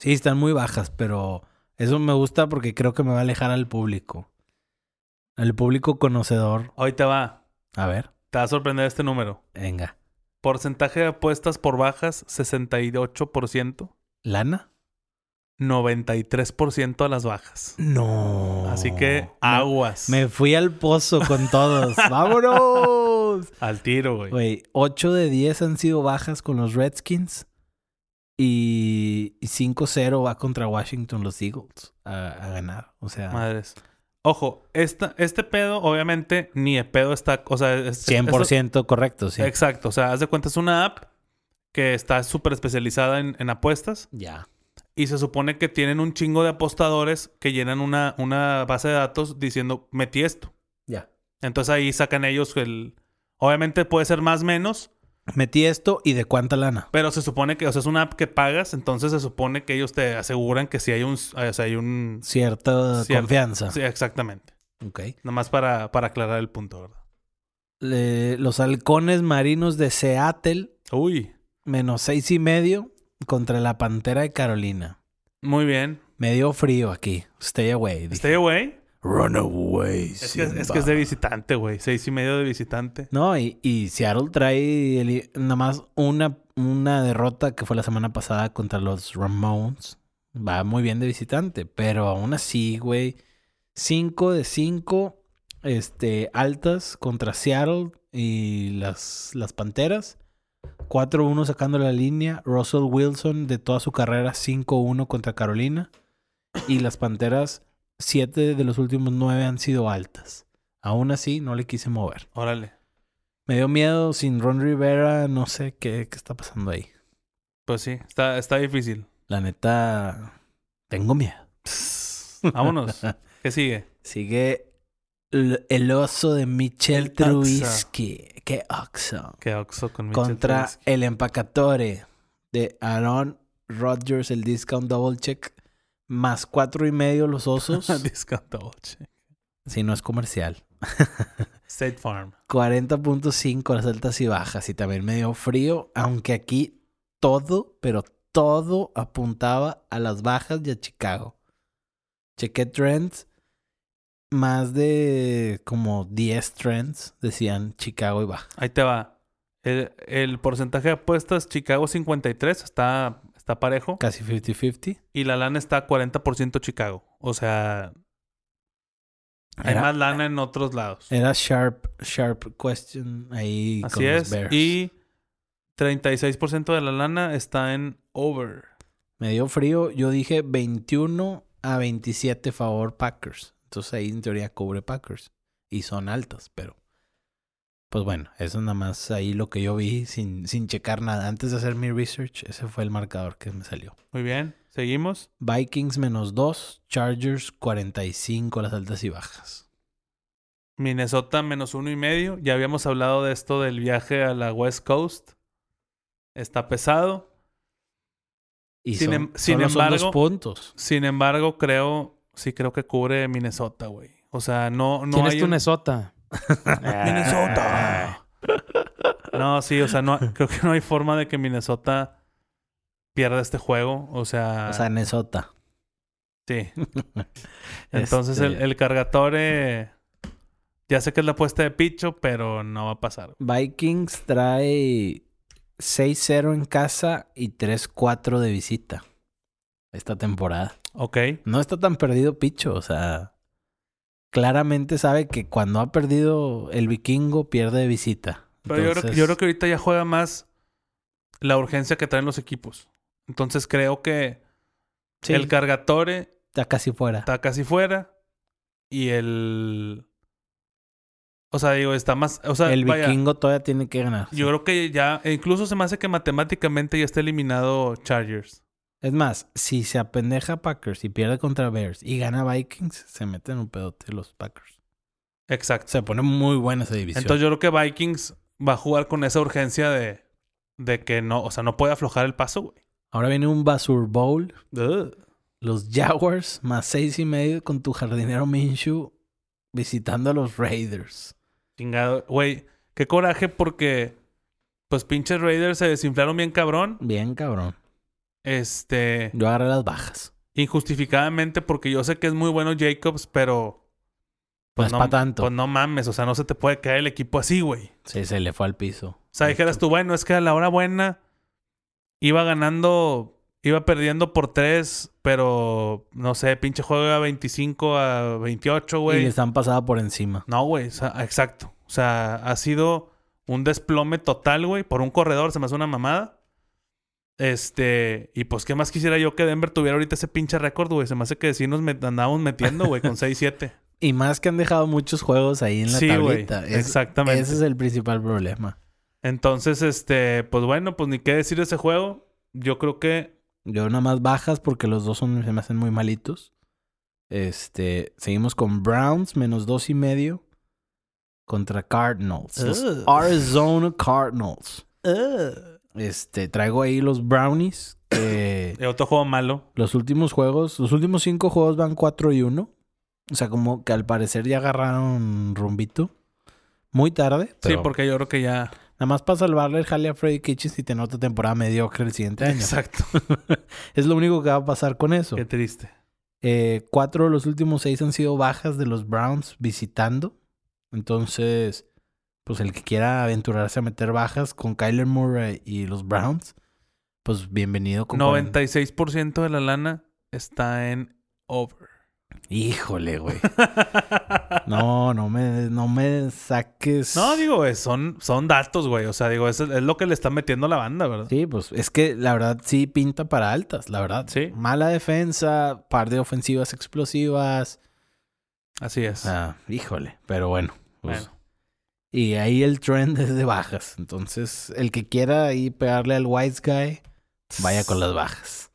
Sí, están muy bajas, pero eso me gusta porque creo que me va a alejar al público. Al público conocedor. Hoy te va. A ver, Te va a sorprender este número. venga. Porcentaje de apuestas por bajas, 68%, ¿Lana? 93% a las bajas. No. Así que Me, aguas. me fui al pozo con todos. ¡Vámonos! Al tiro, güey. Güey, 8 de 10 han sido bajas con los Redskins. Y y 5-0 va contra Washington los Eagles a, a ganar. O sea, Madres. Ojo, esta, este pedo, obviamente, ni de pedo está. O sea, es- 100% correcto, es- sí. Exacto. O sea, haz de cuenta, es una app que está súper especializada en, en apuestas. Ya. Y se supone que tienen un chingo de apostadores que llenan una, una base de datos diciendo, metí esto. Ya. Entonces ahí sacan ellos el. Obviamente puede ser más menos, Metí esto y de cuánta lana. pero se supone que, o sea, es una app que pagas, entonces se supone que ellos te aseguran que si hay un. eh, O sea, hay un. Cierta Cierto. confianza. Sí, exactamente. Ok. Nomás para, para aclarar el punto, ¿verdad? Le- los halcones marinos de Seattle, Uy. menos seis y medio contra la pantera de Carolina. Muy bien. Me dio frío aquí. Stay away. dije. Stay away. Run away. Es que, es Simba. que es de visitante, güey. Seis y medio de visitante. No, y, y Seattle trae el- nada más una, una derrota que fue la semana pasada contra los Ramones. Va muy bien de visitante, pero aún así, güey. 5 de 5 este, altas contra Seattle y las, las Panteras. 4-1 sacando la línea. Russell Wilson de toda su carrera 5-1 contra Carolina. Y las Panteras, 7 de los últimos 9 han sido altas. Aún así, no le quise mover. Órale. Me dio miedo sin Ron Rivera, no sé qué, qué está pasando ahí. Pues sí, está, está difícil. La neta, tengo miedo. Vámonos. ¿Qué sigue? Sigue l- el oso de El Michel Oxo. Trubisky. Qué oxo. Que Oxo con Mitchell Contra Trubisky. el empacatore de Aaron Rodgers, el discount double check. Más cuatro y medio los osos. Discount double check. si no es comercial. State Farm. 40.5 las altas y bajas y también medio frío, aunque aquí todo, pero todo apuntaba a las bajas y a Chicago. Chequé trends, más de como 10 trends decían Chicago y baja. Ahí te va. El, el porcentaje de apuestas, Chicago 53, está, está parejo. Casi 50-50. Y la lana está 40% Chicago. O sea, hay Era, más lana en otros lados. era sharp, sharp question ahí Así con los es. Bears. Y 36% de la lana está en over. Me dio frío, yo dije 21 a 27 favor Packers. Entonces ahí en teoría cubre Packers. Y son altas, pero... Pues bueno, eso nada más ahí lo que yo vi sin, sin checar nada. Antes de hacer mi research, ese fue el marcador que me salió. Muy bien. Seguimos. Vikings menos 2, Chargers 45 las altas y bajas. Minnesota menos uno y medio. Ya habíamos hablado de esto del viaje a la West Coast. Está pesado. Y Sin son, em- sin solo son dos embargo- puntos. Sin embargo, creo, sí creo que cubre Minnesota, güey. O sea, no, no ¿Quién hay es tu un- Minnesota? Ah. Minnesota. No, sí, o sea, no, creo que no hay forma de que Minnesota pierda este juego. O sea, O sea, Minnesota. sí. Entonces el, Este- el cargatore. Ya sé que es la apuesta de Picho, pero no va a pasar. Vikings trae 6-0 en casa y 3-4 de visita esta temporada. Ok. No está tan perdido Picho, o sea, claramente sabe que cuando ha perdido el vikingo pierde de visita. Pero yo, creo, Entonces, yo creo que ahorita ya juega más la urgencia que traen los equipos. Entonces creo que sí, el cargatore está casi fuera. está casi fuera. Y el. O sea, digo, está más. O sea, el vaya, vikingo todavía tiene que ganar. yo creo que ya. e Incluso se me hace que matemáticamente ya está eliminado Chargers. Es más, si se apendeja Packers y pierde contra Bears y gana Vikings, se meten un pedote los Packers. Exacto. Se pone muy buena esa división. Entonces yo creo que Vikings va a jugar con esa urgencia de. De que no. O sea, no puede aflojar el paso, güey. Ahora viene un Basur Bowl. Los Jaguars más seis y medio con tu jardinero Minshew visitando a los Raiders. Chingado. Güey, qué coraje porque. Pues pinches Raiders se desinflaron bien cabrón. Bien, cabrón. Este. Yo agarré las bajas. Injustificadamente, porque yo sé que es muy bueno Jacobs, pero Pues no, para tanto. Pues no mames, o sea, no se te puede caer el equipo así, güey. Sí, se le fue al piso. O sea, dijeras tú, bueno, es que a la hora buena iba ganando, iba perdiendo por tres, pero no sé, pinche juego iba 25 a 28, Y güey. les han pasado por encima. No, güey, o sea, exacto. O sea, ha sido un desplome total, güey, por un corredor, se me hace una mamada. Este, y pues, ¿qué más quisiera yo que Denver tuviera ahorita ese pinche récord, güey? Se me hace que sí nos met- andábamos metiendo, güey, con 6-7. Y más que han dejado muchos juegos ahí en la Sí, güey, tablita. Es- exactamente. Ese es el principal problema. Entonces, este, pues bueno, pues ni qué decir de ese juego. Yo creo que Yo nada más bajas porque los dos son, se me hacen muy malitos. Este, seguimos con Browns, menos dos y medio. Contra Cardinals. Los Ugh. Arizona Cardinals. Este, traigo ahí los Brownies. Que el Eh, otro juego malo. los últimos juegos, los últimos cinco juegos van 4 y 1. O sea, como que al parecer ya agarraron rumbito. Muy tarde. sí, pero porque yo creo que ya. Nada más para salvarle el jale a Freddy Kitchens y tener otra temporada mediocre el siguiente año. Exacto. Es lo único que va a pasar con eso. Qué triste. Eh, cuatro de los últimos seis han sido bajas de los Browns visitando. Entonces, pues el que quiera aventurarse a meter bajas con Kyler Murray y los Browns, pues bienvenido. Con 96% de la lana está en over. Híjole, güey. No, no me, no me saques. No, digo, güey, son, son datos, güey. O sea, digo, es, es lo que le está metiendo la banda, ¿verdad? Sí, pues es que la verdad sí pinta para altas, la verdad. Sí. Mala defensa, par de ofensivas explosivas. Así es. Ah, híjole, pero bueno. pues, Bueno. Y ahí el trend es de bajas. Entonces, el que quiera ahí pegarle al Wise Guy, vaya con las bajas.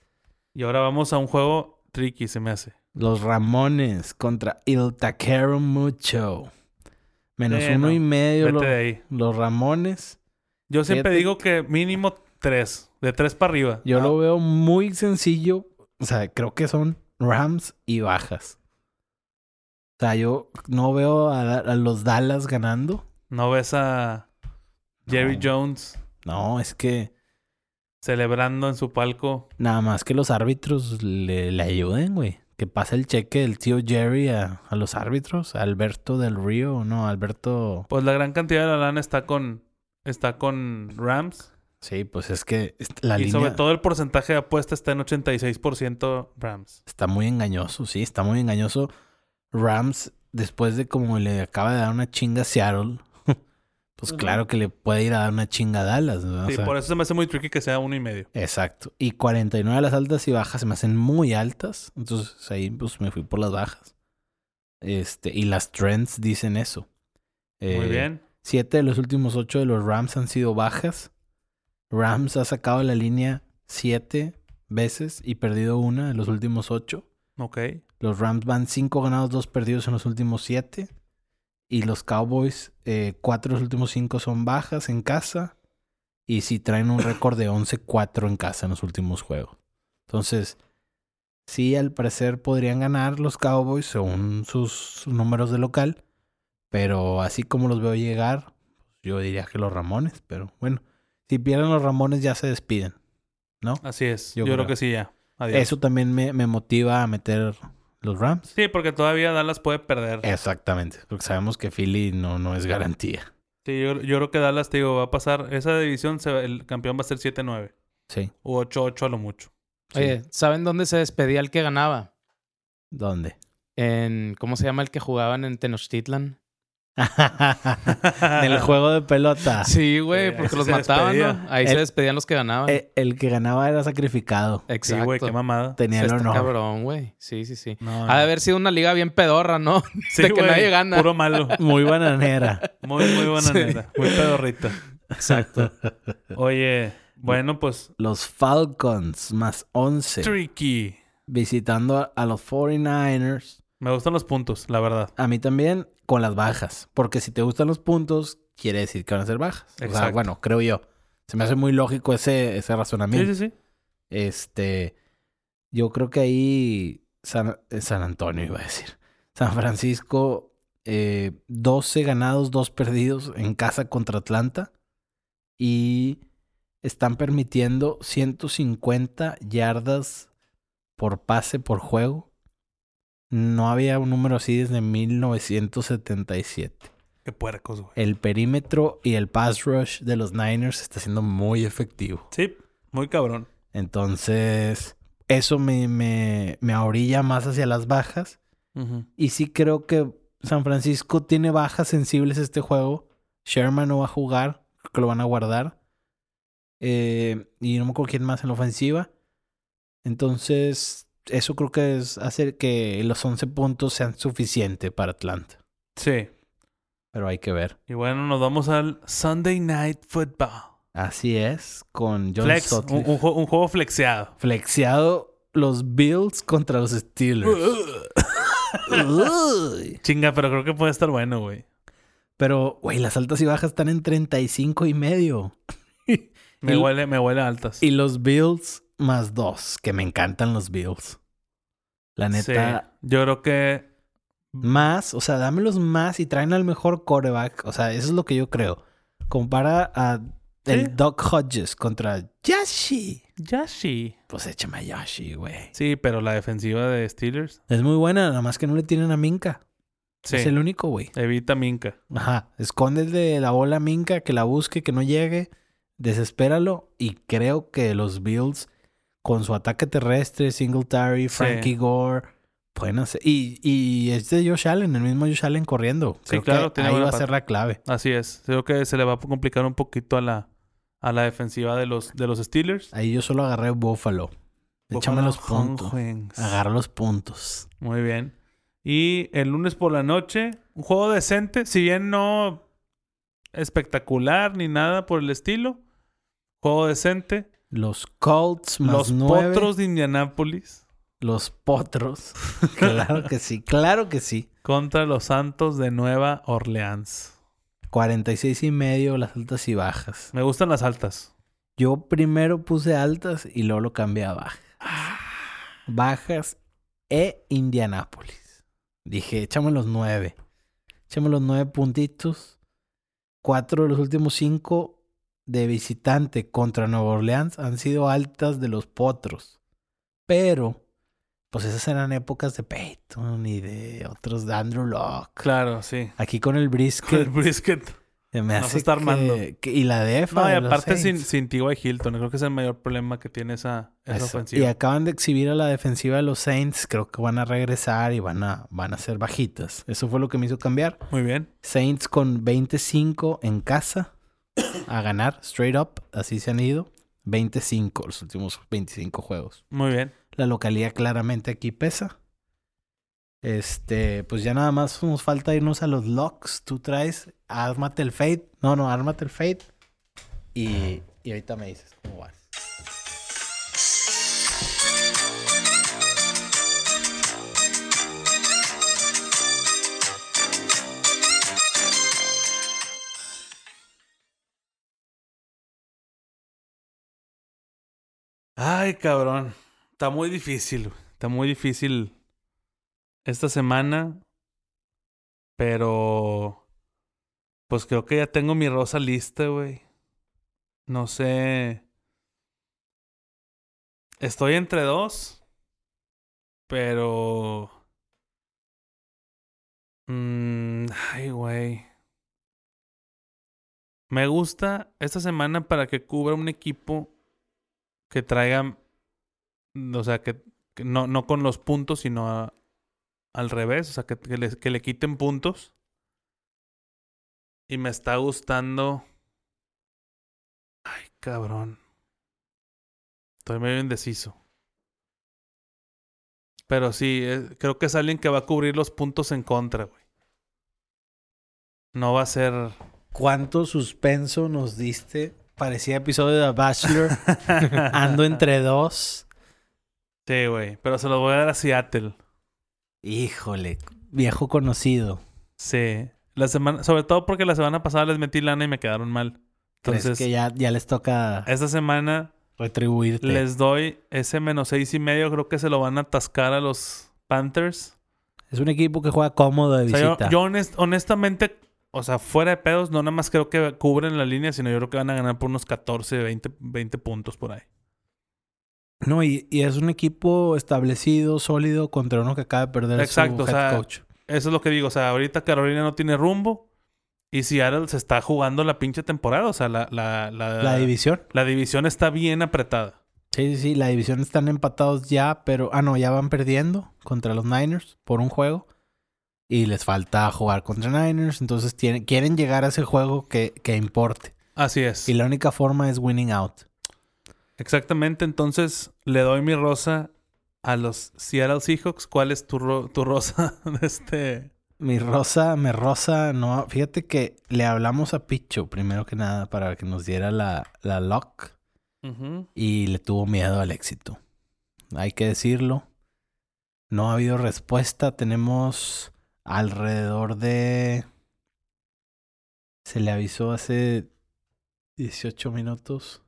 Y ahora vamos a un juego tricky, se me hace. Los Ramones contra Il Taquero Mucho. Menos Eh, uno no. y medio Vete lo- de ahí. los Ramones. Yo siempre Fíjate. digo que mínimo tres. De tres para arriba. Yo Ah, lo veo muy sencillo. O sea, creo que son Rams y bajas. O sea, yo no veo a, a los Dallas ganando. No ves a Jerry No. Jones No, es que celebrando en su palco. nada más que los árbitros le, le ayuden, güey. Que pase el cheque del tío Jerry a, a los árbitros. a Alberto del Río, no, Alberto. Pues la gran cantidad de la lana está con, está con Rams. Sí, pues es que est- la y línea sobre todo el porcentaje de apuesta está en 86% Rams. está muy engañoso, sí, está muy engañoso. Rams, después de como le acaba de dar una chinga a Seattle, pues Ujú. claro que le puede ir a dar una chinga a Dallas, ¿no? O sí, sea, por eso se me hace muy tricky que sea uno y medio. Exacto. Y 49 de las altas y bajas se me hacen muy altas. Entonces ahí pues me fui por las bajas. Este, y las trends dicen eso. Muy Eh, bien. Siete de los últimos ocho de los Rams han sido bajas. Rams ha sacado la línea siete veces y perdido una de los últimos ocho. Ok. Los Rams van cinco ganados, dos perdidos en los últimos siete. Y los Cowboys, eh, cuatro de los últimos cinco son bajas en casa. Y sí traen un récord de 11-4 en casa en los últimos juegos. Entonces, sí, al parecer podrían ganar los Cowboys según sus números de local. Pero así como los veo llegar, yo diría que los Ramones. Pero bueno, si pierden los Ramones ya se despiden. ¿No? Así es. Yo Yo, creo. creo que sí ya. Adiós. Eso también me, me motiva a meter los Rams. Sí, porque todavía Dallas puede perder. Exactamente, porque sabemos que Philly no, no es garantía. Sí, yo, yo creo que Dallas, te digo, va a pasar. Esa división, se va- el campeón va a ser 7-9 Sí. o 8-8 a lo mucho. Oye, ¿saben dónde se despedía el que ganaba? ¿Dónde? En, ¿cómo se llama el que jugaban en Tenochtitlan? en el juego de pelota. Ah, Sí, güey, Sí, ahí porque sí los se mataban, despedía. ¿no? Ahí El- se despedían los que ganaban. Eh, El, que ganaba era sacrificado. Sí, Exacto. güey, qué mamada. Tenía el Está honor. cabrón, güey. Sí, sí, sí. No, Ha de no. haber sido una liga bien pedorra, ¿no? Sí, de que güey, nadie gana. Puro malo. Muy bananera. Muy, muy buena Sí. neta. Muy pedorrita. Exacto. Oye, bueno, pues. Los Falcons más 11 Tricky. visitando a, a los 49ers. Me gustan los puntos, la verdad. A mí también con las bajas, porque si te gustan los puntos, quiere decir que van a ser bajas. O sea, Exacto. bueno, creo yo. Se me hace muy lógico ese, ese razonamiento. Sí, sí, sí. Este, yo creo que ahí San, eh, San Antonio iba a decir. San Francisco, eh, 12 ganados, 2 perdidos en casa contra Atlanta. Y están permitiendo 150 yardas por pase por juego. no había un número así desde 1977. Qué puercos, güey. El perímetro y el pass rush de los Niners está siendo muy efectivo. Sí, muy cabrón. Entonces, eso me, me, me ahorilla más hacia las bajas. Ujú. Y sí creo que San Francisco tiene bajas sensibles este juego. Sherman no va a jugar, creo que lo van a guardar. Eh, y no me acuerdo quién más en la ofensiva. Entonces, eso creo que es hacer que los 11 puntos sean suficientes para Atlanta. Sí. Pero hay que ver. Y bueno, nos vamos al Sunday Night Football. Así es, con John Flex, un, Sutcliffe. un jue- un juego flexeado. Flexiado los Bills contra los Steelers. Uy. Chinga, pero creo que puede estar bueno, güey. Pero, güey, las altas y bajas están en 35 y medio. Me Y- huele, me huele a altas. Y los Bills más dos, que me encantan los Bills. La neta, Sí. Yo creo que más, o sea, dámelos más y traen al mejor coreback. O sea, eso es lo que yo creo. Compara a Sí. el Doc Hodges contra Yashi. Yashi. Pues échame a Yashi, güey. Sí, pero la defensiva de Steelers. Es muy buena, nada más que no le tienen a Minka. Sí. Es el único, güey. Evita Minca. Ajá. Escóndele la bola a Minka, que la busque, que no llegue. Desespéralo. Y creo que los Bills, con su ataque terrestre, Singletary, Frankie Gore, pueden hacer. Y, y es de Josh Allen, el mismo Josh Allen corriendo. Sí, Creo claro, que tiene ahí buena va a ser la clave. Así es. Creo que se le va a complicar un poquito a la, a la defensiva de los, de los Steelers. Ahí yo solo agarré Buffalo. Échame los Buffalo puntos. Penguins. Agarra los puntos. Muy bien. Y el lunes por la noche, un juego decente, si bien no espectacular ni nada por el estilo. Juego decente. Los Colts más Los nueve. Potros de Indianápolis Los potros. claro que sí, claro que sí. contra los Santos de Nueva Orleans. 46 y medio las altas y bajas. Me gustan las altas. Yo primero puse altas y luego lo cambié a bajas. Ah. Bajas e Indianápolis. Dije, échame los nueve. Échame los nueve puntitos. Cuatro de los últimos cinco de visitante contra Nueva Orleans han sido altas de los potros. Pero, pues esas eran épocas de Peyton y de otros de Andrew Locke. Claro, sí. Aquí con el El brisket brisket. se me no se hace está armando. que- que- y la defa No, y de los aparte sin, Saints. sin T.Y. Hilton. Creo que es el mayor problema que tiene esa, esa Eso. ofensiva. Y acaban de exhibir a la defensiva de los Saints. Creo que van a regresar y van a, van a ser bajitas. Eso fue lo que me hizo cambiar. Muy bien. Saints con 25 en casa a ganar, straight up. Así se han ido. 25, los últimos 25 juegos. Muy bien. La localidad claramente aquí pesa. Este, pues ya nada más nos falta irnos a los locks. Tú traes, ármate el fate. No, no, ármate el fate. Y, y ahorita me dices cómo vas. Ay, cabrón. Está muy difícil. güey. Está muy difícil esta semana. Pero. Pues creo que ya tengo mi rosa lista, güey. No sé. Estoy entre dos. Pero. Mm, ay, güey. Me gusta esta semana para que cubra un equipo que traigan, mm, o sea, que, que no, no con los puntos, sino a- al revés, o sea, que, que les- que le quiten puntos. Y me está gustando. Ay, cabrón. Estoy medio indeciso. Pero sí, eh, creo que es alguien que va a cubrir los puntos en contra, güey. No va a ser. ¿Cuánto suspenso nos diste? Parecía episodio de The Bachelor. Ando entre dos. Sí, güey. Pero se los voy a dar a Seattle. Híjole, viejo conocido. Sí. La semana, sobre todo porque la semana pasada les metí lana y me quedaron mal. Entonces, Entonces, que ya, ya les toca esta semana retribuirte. les doy ese menos seis y medio. Creo que se lo van a atascar a los Panthers. Es un equipo que juega cómodo de O sea, yo- visita. yo, honest- honestamente, o sea, fuera de pedos, no nada más creo que cubren la línea, sino yo creo que van a ganar por unos 14, 20, 20 puntos por ahí. No, y, y es un equipo establecido, sólido, contra uno que acaba de perder Exacto, o su head sea, eh, coach. Eso es lo que digo. O sea, ahorita Carolina no tiene rumbo. Y Seattle se está jugando la pinche temporada. O sea, la, la, la, La división. la división está bien apretada. Sí, sí, sí. La división están empatados ya, pero. Ah, no, ya van perdiendo contra los Niners por un juego. Y les falta jugar contra Niners. Entonces tienen, quieren llegar a ese juego que, que importe. Así es. Y la única forma es winning out. Exactamente. Entonces, le doy mi rosa a los Seattle Seahawks. ¿Cuál es tu, ro- tu rosa de este...? Mi rosa, me rosa, no. Fíjate que le hablamos a Picho primero que nada para que nos diera la, la lock. y le tuvo miedo al éxito. Hay que decirlo. No ha habido respuesta. Tenemos alrededor de... Se le avisó hace 18 minutos.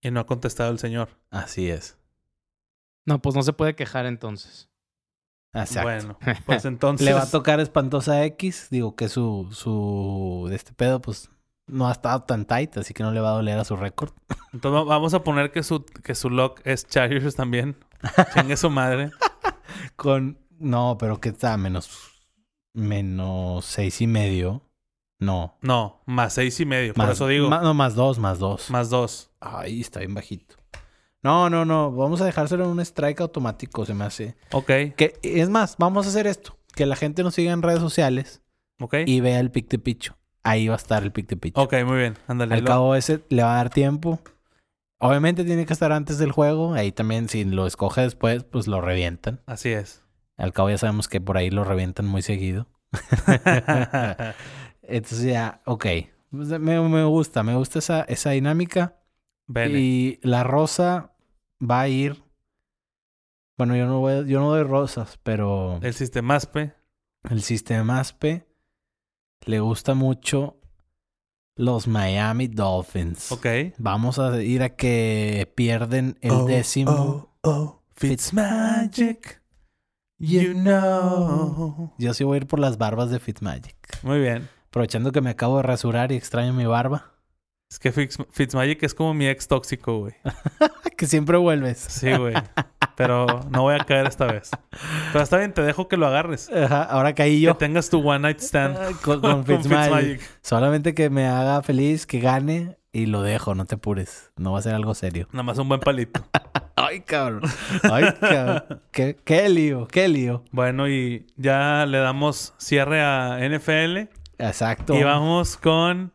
Y no ha contestado el señor. Así es. No, pues no se puede quejar entonces. Exacto. Bueno, pues entonces... Le va a tocar espantosa X. Digo que su, su... De este pedo, pues... No ha estado tan tight, así que no le va a doler a su récord. Entonces va- vamos a poner que su, que su lock es Chargers también. Chingue su madre. Con... No, pero que está menos... Menos seis y medio. No, No, más seis y medio. Más- Por eso digo, ma- no, más dos, más dos. más dos. Ay, está bien bajito. No, no, no. Vamos a dejárselo en un strike automático, se me hace. Ok, Que, es más, vamos a hacer esto. Que la gente nos siga en redes sociales ok. y vea el pick de picho. Ahí va a estar el pick de picho. Ok, muy bien. Ándale. Al lo- cabo ese le va a dar tiempo. Obviamente tiene que estar antes del juego. Ahí también si lo escoge después, pues lo revientan. Así es. Al cabo ya sabemos que por ahí lo revientan muy seguido. Entonces ya, ok. Pues Me, me gusta, me gusta esa, esa dinámica. Vele. Y la rosa va a ir. Bueno, yo no voy, yo no doy rosas, pero El sistema ASPE. el sistema ASPE le gusta mucho los Miami Dolphins. Ok. Vamos a ir a que pierden el Oh, décimo. oh, oh, Fitzmagic. You know. Yo sí voy a ir por las barbas de Fitzmagic. Muy bien. Aprovechando que me acabo de rasurar y extraño mi barba. Es que Fitz- Fitzmagic es como mi ex tóxico, güey. Que siempre vuelves. Sí, güey. Pero no voy a caer esta vez. Pero está bien, te dejo que lo agarres. Ajá, ahora caí yo. Que tengas tu one night stand con Con, con Fitzmagic. Fitzmagic. Solamente que me haga feliz, que gane y lo dejo, no te apures. No va a ser algo serio. Nada más un buen palito. Ay, cabrón. Ay, cabrón. qué, qué lío, qué lío. Bueno, y ya le damos cierre a NFL. Exacto. Y vamos con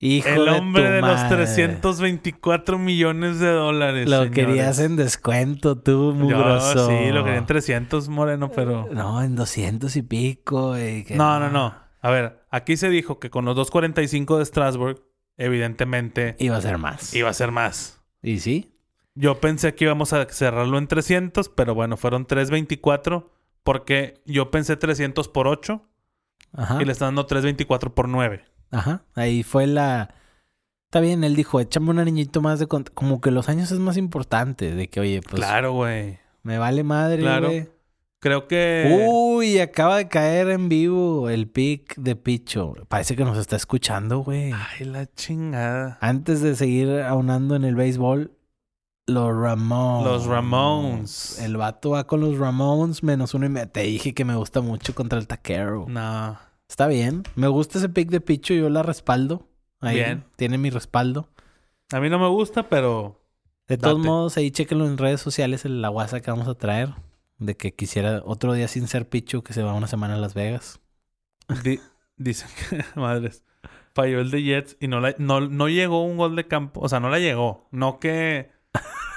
Hijo el hombre tu de, los madre. 324 millones de dólares. Lo señores. querías en descuento Yo, tú, mugroso. Sí, lo quería en 300, Moreno, pero... No, en 200 y pico. y que No, no, no. A ver, aquí se dijo que con los 245 de Strasbourg, evidentemente, Iba a ser más. iba a ser más. ¿Y sí? Yo pensé que íbamos a cerrarlo en 300, pero bueno, fueron 324 porque yo pensé 300 por 8 Ajá. y le están dando 324 por 9. Ajá. Ahí fue la... Está bien, él dijo, échame un niñito más de... cont- Como que los años es más importante. De que, oye, pues... claro, güey. Me vale madre, Claro. güey. Creo que... Uy, acaba de caer en vivo el pic de Picho. Parece que nos está escuchando, güey. Ay, la chingada. Antes de seguir aunando en el béisbol, los Ramones. Los Ramones. El vato va con los Ramones menos uno y me... Te dije que me gusta mucho contra el taquero. No. Está bien. Me gusta ese pick de Picho. Yo la respaldo. Ahí Bien. tiene mi respaldo. A mí no me gusta, pero... De todos Date. modos, ahí chequenlo en redes sociales en la guasa que vamos a traer. De que quisiera otro día sin ser Picho que se va una semana a Las Vegas. Di- dicen que, madres, falló el de Jets y no, la- no, no llegó un gol de campo. O sea, no la llegó. No que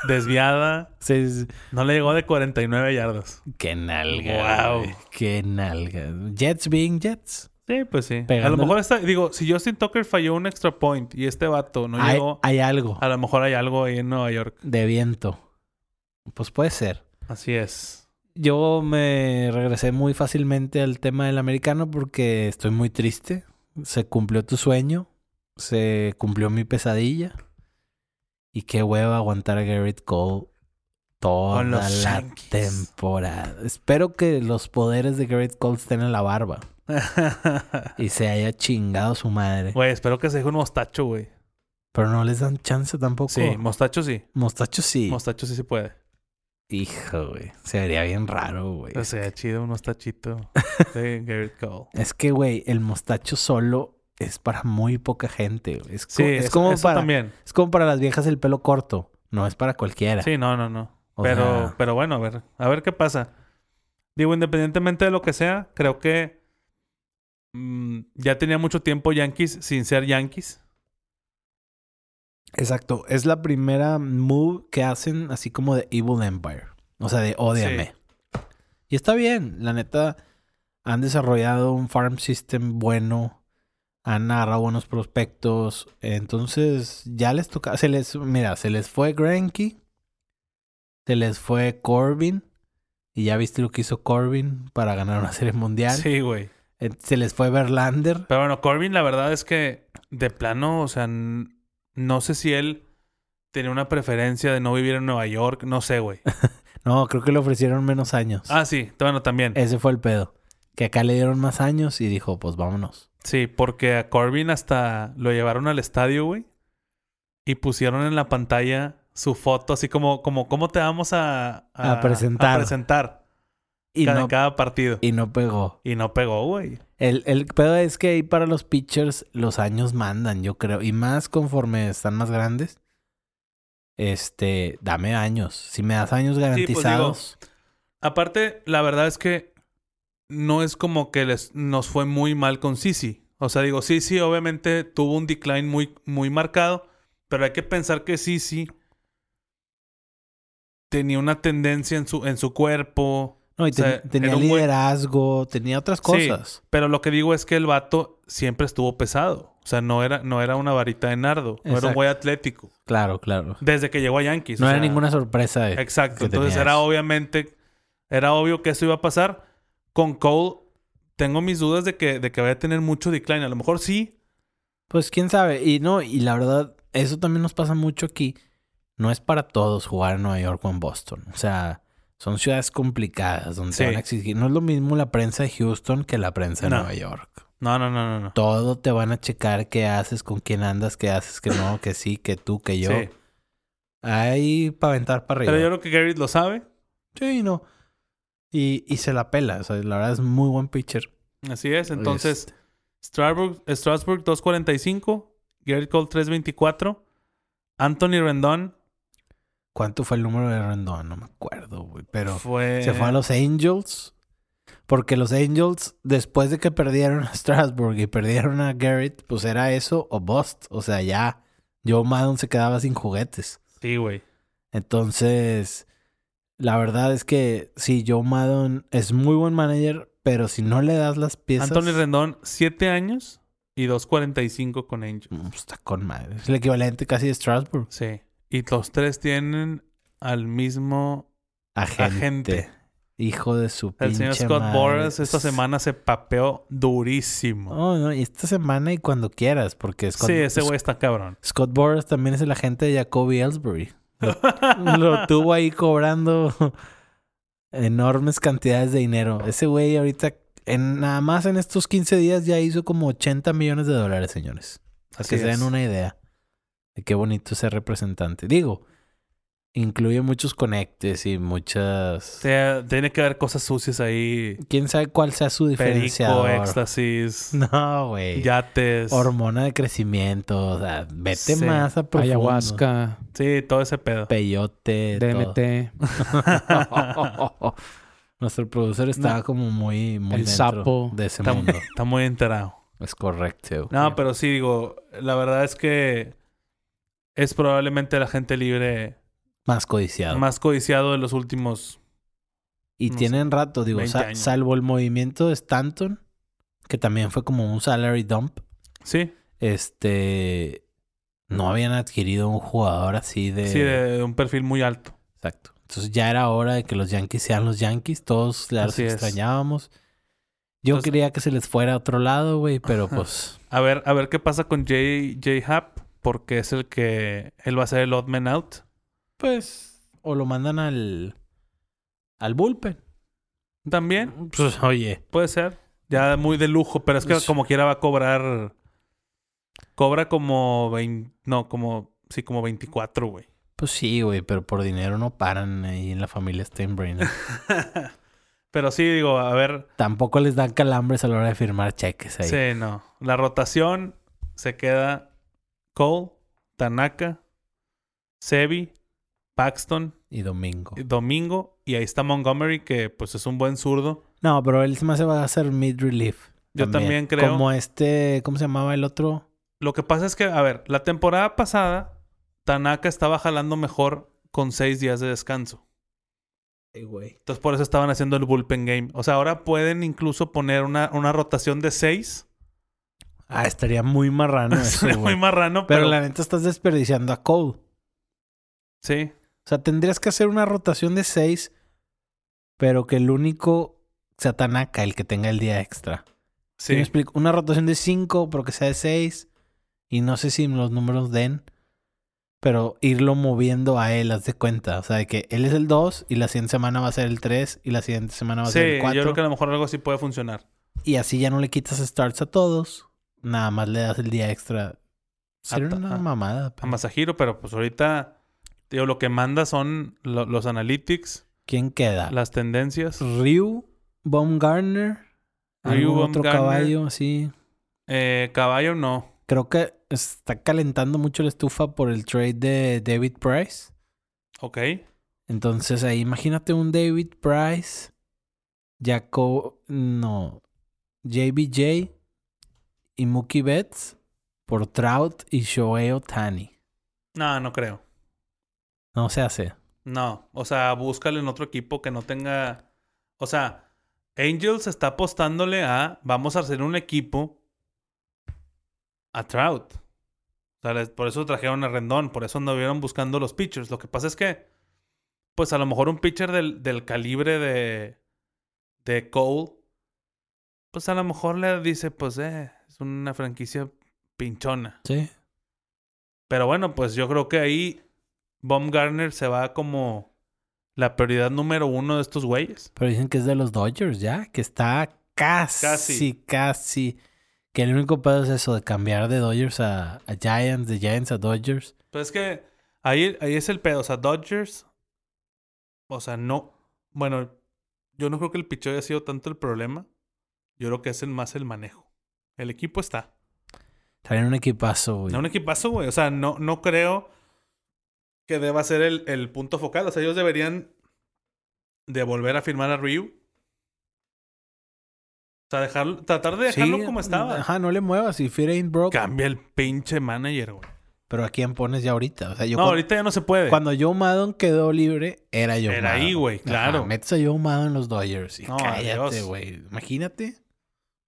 desviada. Sí, sí, sí. No le llegó de 49 yardas. Qué nalga. Wow. güey. Qué nalga. Jets being Jets. Sí, pues sí. A lo Pegándole. mejor está... Digo, si Justin Tucker falló un extra point y este vato no hay, llegó, Ah. hay algo a lo mejor hay algo ahí en Nueva York. de viento. Pues puede ser. Así es. Yo me regresé muy fácilmente al tema del americano porque estoy muy triste. Se cumplió tu sueño. Se cumplió mi pesadilla. Y qué hueva aguantar a Garrett Cole toda Con los la Yankees. temporada. Espero que los poderes de Garrett Cole estén en la barba y se haya chingado su madre. Güey, espero que se deje un mostacho, güey. Pero no les dan chance tampoco. Sí, Mostacho sí. Mostacho sí. Mostacho sí se puede. Hijo, güey. Se vería bien raro, güey. O sea, chido un mostachito de Garrett Cole. Es que, güey, el mostacho solo es para muy poca gente. güey. Es, co- Sí, es eso- como eso para, también. es como para las viejas el pelo corto. No es para cualquiera. Sí, no, no, no. O pero, sea- pero bueno, a ver, a ver qué pasa. Digo, independientemente de lo que sea, creo que mm, ya tenía mucho tiempo Yankees sin ser Yankees. Exacto. Es la primera move que hacen así como de Evil Empire. O sea, de odiame. Sí. Y está bien. La neta, han desarrollado un farm system bueno. Han agarrado buenos prospectos. Entonces, ya les toca. Se les, mira, se les fue Granky. Se les fue Corbin. Y ya viste lo que hizo Corbin para ganar una serie mundial. Sí, güey. Eh, Se les fue Verlander. Pero bueno, Corbin, la verdad es que de plano, o sea, n- no sé si él tenía una preferencia de no vivir en Nueva York, no sé, güey. No, creo que le ofrecieron menos años. Ah, sí, bueno, también. Ese fue el pedo. Que acá le dieron más años y dijo, pues vámonos. Sí, porque a Corbin hasta lo llevaron al estadio, güey. Y pusieron en la pantalla su foto, así como, como cómo te vamos a, A presentar. a presentar Y, cada, no, cada partido. Y, y no pegó. no pegó, güey. El, el pedo es que ahí para los pitchers los años mandan, yo creo. Y más conforme están más grandes. Este, dame años. Si me das años pues, digo, garantizados. Aparte, la verdad es que no es como que les, nos fue muy mal con Sisi. O sea, digo, Sisi obviamente tuvo un decline muy, muy marcado, pero hay que pensar que Sisi tenía una tendencia en su, en su cuerpo. no, y o sea, ten- tenía era un güey- liderazgo, tenía otras Sí. cosas. Pero lo que digo es que el vato siempre estuvo pesado. O sea, no era, no era una varita de nardo. No era un Exacto. güey atlético. Claro, claro. Desde que llegó a Yankees. No o era sea, ninguna sorpresa. eh. Exacto. que Entonces tenía era eso. obviamente... Era obvio que eso iba a pasar. Con Cole tengo mis dudas de que, de que vaya a tener mucho decline. A lo mejor sí. Pues quién sabe. Y no, y la verdad, eso también nos pasa mucho aquí. No es para todos jugar en Nueva York o en Boston. O sea, son ciudades complicadas donde te Sí. van a exigir. No es lo mismo la prensa de Houston que la prensa de No. Nueva York. No, no, no, no. no. Todo te van a checar qué haces, con quién andas, qué haces, que no, que sí, que tú, que yo. Sí. Hay para aventar para arriba. Pero yo creo que Garrett lo sabe. Sí, no. Y, y se la pela. O sea, la verdad es muy buen pitcher. Así es. Entonces, Este, Strasburg, Strasburg 245. Garrett Cole 324. Anthony Rendón ¿Cuánto fue el número de Rendón? No me acuerdo, güey. Pero. fue... Se fue a los Angels. Porque los Angels, después de que perdieron a Strasburg y perdieron a Garrett, pues era eso o bust. O sea, ya Joe Maddon se quedaba sin juguetes. Sí, güey. Entonces, la verdad es que sí, Joe Maddon es muy buen manager, pero si no le das las piezas... Anthony Rendón, 7 años y 2.45 con Angel. Mm, Está con madre. Es el equivalente casi de Strasburg. Sí. Y los tres tienen al mismo. Agente. Agente. Hijo de su El pinche señor Scott madre. Boras esta semana se papeó durísimo. No, no, y esta semana y cuando quieras, porque Scott, sí, ese güey está cabrón. Scott Boras también es el agente de Jacoby Ellsbury. Lo, lo tuvo ahí cobrando enormes cantidades de dinero. Ese güey ahorita, en, nada más en estos 15 días ya hizo como 80 millones de dólares, señores. Para Así que se es. den una idea de qué bonito ser representante. Digo, incluye muchos conectes y muchas... O sea, tiene que haber cosas sucias ahí. ¿Quién sabe cuál sea su Perico, diferenciador? éxtasis, No, güey. yates. Hormona de crecimiento, o sea, vete Sí. más a profundo. Ayahuasca, Sí, todo ese pedo. Peyote, todo. DMT, Nuestro producer estaba como muy, muy El dentro sapo. de ese Está, mundo. está muy enterado. Es correcto. No, pero sí, digo, la verdad es que es probablemente la gente libre Más codiciado. más codiciado de los últimos. y no tienen rato, digo, 20 sa- años. salvo el movimiento de Stanton, que también fue como un salary dump. Sí, Este. No habían adquirido un jugador así de. sí, de- de un perfil muy alto. Exacto. Entonces ya era hora de que los Yankees sean los Yankees. Todos ya los Así es. extrañábamos. Yo Entonces- quería que se les fuera a otro lado, güey, pero pues. A ver, a ver qué pasa con J, J Happ, porque es el que él va a ser el odd man out. Pues. O lo mandan al. al bullpen. También Pues oye. puede ser. Ya muy de lujo, pero es que Pues- como quiera va a cobrar Cobra como 20, no, como, sí, como 24, güey. Pues sí, güey, pero por dinero no paran ahí en la familia Steinbrenner. Pero sí, digo, a ver, Tampoco les dan calambres a la hora de firmar cheques ahí. sí, no. La rotación se queda Cole, Tanaka, Sebi, Paxton, Y domingo. Domingo y ahí está Montgomery que pues es un buen zurdo. No, pero él se me hace va a hacer mid relief. Yo también creo. Como este, ¿cómo se llamaba el otro? Lo que pasa es que, a ver, la temporada pasada Tanaka estaba jalando mejor con seis días de descanso. Entonces por eso estaban haciendo el bullpen game. O sea, ahora pueden incluso poner una, una rotación de seis. Ah, estaría muy marrano eso, Suena muy güey. marrano, Pero pero, la neta estás desperdiciando a Cole. sí. O sea, tendrías que hacer una rotación de seis, pero que el único sea Tanaka, el que tenga el día extra. Sí. Sí. me explico? Una rotación de 5, pero que sea de 6. Y no sé si los números den. Pero irlo moviendo a él, haz de cuenta. O sea, de que él es el 2 y la siguiente semana va a ser el 3 y la siguiente semana va a Sí, ser el yo creo que a 4. lo mejor algo así puede funcionar. Y así ya no le quitas starts a todos. Nada más le das el día extra. Sería ta- una a- mamada. A pero- Masahiro, pero pues ahorita, digo, lo que manda son lo- los analytics, ¿Quién queda? las tendencias. Ryu, Baumgartner, Ryu, algún otro Baumgartner. caballo, sí. Eh, caballo no. Creo que está calentando mucho la estufa por el trade de David Price. Ok. Entonces ahí imagínate un David Price, Jacob, no, JBJ y Mookie Betts por Trout y Shohei Otani. No, no creo. No se hace. No. O sea, búscale en otro equipo que no tenga. O sea, Angels está apostándole a vamos a hacer un equipo a Trout. O sea, les- por eso trajeron a Rendón, por eso anduvieron buscando los pitchers. Lo que pasa es que, pues a lo mejor un pitcher del, del calibre de, de Cole, pues a lo mejor le dice, pues, eh, es una franquicia pinchona. Sí. Pero bueno, pues yo creo que ahí Baumgartner se va como la prioridad número uno de estos güeyes. Pero dicen que es de los Dodgers ya, que está casi, Casi. casi, Que el único pedo es eso de cambiar de Dodgers a, a Giants, de Giants a Dodgers. Pues es que ahí, ahí es el pedo. O sea, Dodgers. O sea, no. Bueno, yo no creo que el picheo haya sido tanto el problema. Yo creo que es el más el manejo. El equipo está. Traen un equipazo, güey. No un equipazo, güey. O sea, no, no creo que deba ser el, el punto focal. O sea, ellos deberían de volver a firmar a Ryu. O sea, dejarlo, tratar de dejarlo Sí, como estaba. Ajá, no le muevas. If it ain't broke. Cambia el pinche manager, güey. Pero ¿a quién pones ya ahorita? O sea, yo No, con- ahorita ya no se puede. Cuando Joe Maddon quedó libre, era Joe Era ahí, Maddon. güey, Ajá, claro. metes a Joe Maddon en los Dodgers. Y No, cállate, adiós. güey. Imagínate.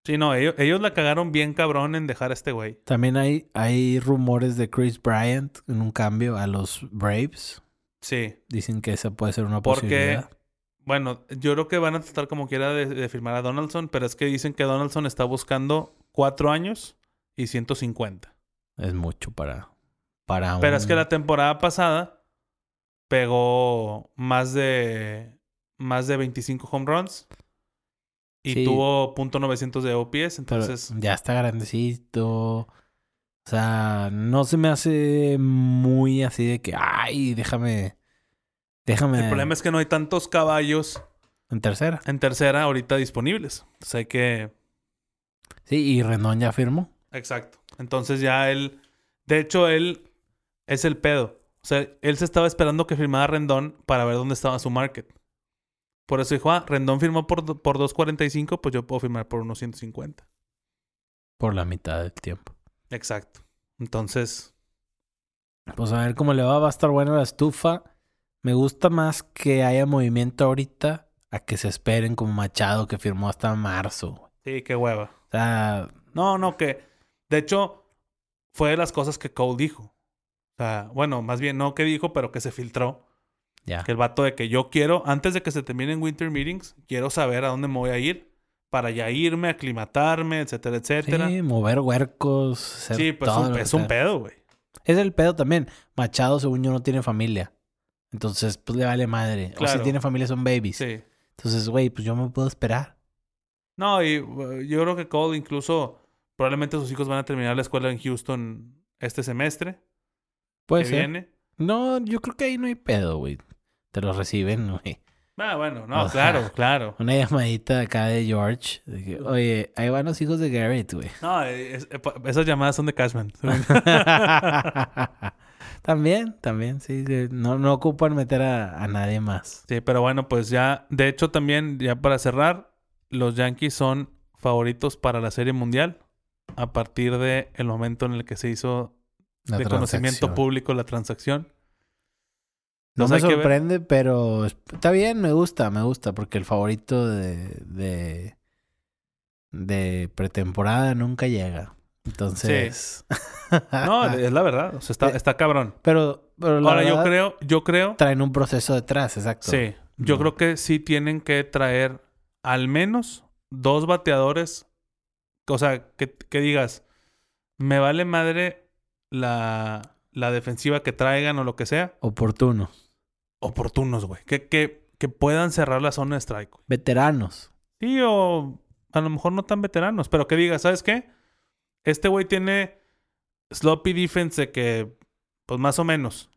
Sí, no, ellos, ellos la cagaron bien cabrón en dejar a este güey. También hay, hay rumores de Chris Bryant en un cambio a los Braves. Sí. Dicen que esa puede ser una Porque, posibilidad. bueno, yo creo que van a tratar como quiera de, de firmar a Donaldson, pero es que dicen que Donaldson está buscando cuatro años y 150. Es mucho para, para Pero un- es que la temporada pasada pegó más de más de 25 home runs y Sí. tuvo .900 de OPS, pero entonces ya está grandecito. O sea, no se me hace muy así de que, ay, déjame, déjame el problema es que no hay tantos caballos en tercera. en tercera ahorita disponibles. O sea que Sí, y Rendón ya firmó. Exacto. Entonces ya él, de hecho él es el pedo. O sea, él se estaba esperando que firmara Rendón para ver dónde estaba su market. Por eso dijo, ah, Rendón firmó por, do- por 2.45, pues yo puedo firmar por unos 150. por la mitad del tiempo. Exacto. Entonces, Pues a ver cómo le va, va a estar buena la estufa. Me gusta más que haya movimiento ahorita a que se esperen como Machado que firmó hasta marzo. güey. sí, qué hueva. O sea, No, no, que de hecho fue de las cosas que Cole dijo. O sea, bueno, más bien no que dijo, pero que se filtró. ya. Que el vato de que yo quiero, antes de que se terminen Winter Meetings, quiero saber a dónde me voy a ir para ya irme, aclimatarme, etcétera, etcétera. Sí, mover huercos. hacer Sí, pues todo un- lo que es un sea. pedo, güey. Es el pedo también. Machado, según yo, no tiene familia. Entonces, pues le vale madre. O Claro. si tiene familia, son babies. Sí. Entonces, güey, pues yo me puedo esperar. eh, No, y uh, yo creo que Cole incluso Probablemente sus hijos van a terminar la escuela en Houston este semestre Puede que ser. viene. No, yo creo que ahí no hay pedo, güey. Te lo reciben, güey. Ah, bueno, no, Ajá. claro, claro. Una llamadita acá de George. de que, Oye, ahí van los hijos de Garrett, güey. No, es- eh, pa- esas llamadas son de Cashman. también, también, sí. que No, no ocupan meter a, a nadie más. Sí, pero bueno, pues ya, de hecho también, ya para cerrar, los Yankees son favoritos para la Serie Mundial a partir de el momento en el que se hizo La de conocimiento transacción. público la transacción. No Entonces me hay que ver- sorprende, pero es- está bien, me gusta, me gusta, porque el favorito de, de, de pretemporada nunca llega. Entonces. No, es la verdad, o sea, está, Ah, Eh, está cabrón. pero, pero la Ahora yo verdad, creo, yo creo, traen un proceso detrás, exacto. sí, yo No. creo que sí tienen que traer al menos dos bateadores, o sea, que, que digas, me vale madre la, la defensiva que traigan o lo que sea, Oportuno. oportunos, güey, que, que, que puedan cerrar la zona de strike. güey. Veteranos. Sí, o a lo mejor no tan veteranos, pero que digas, ¿sabes qué? Este güey tiene sloppy defense de que, pues más o menos.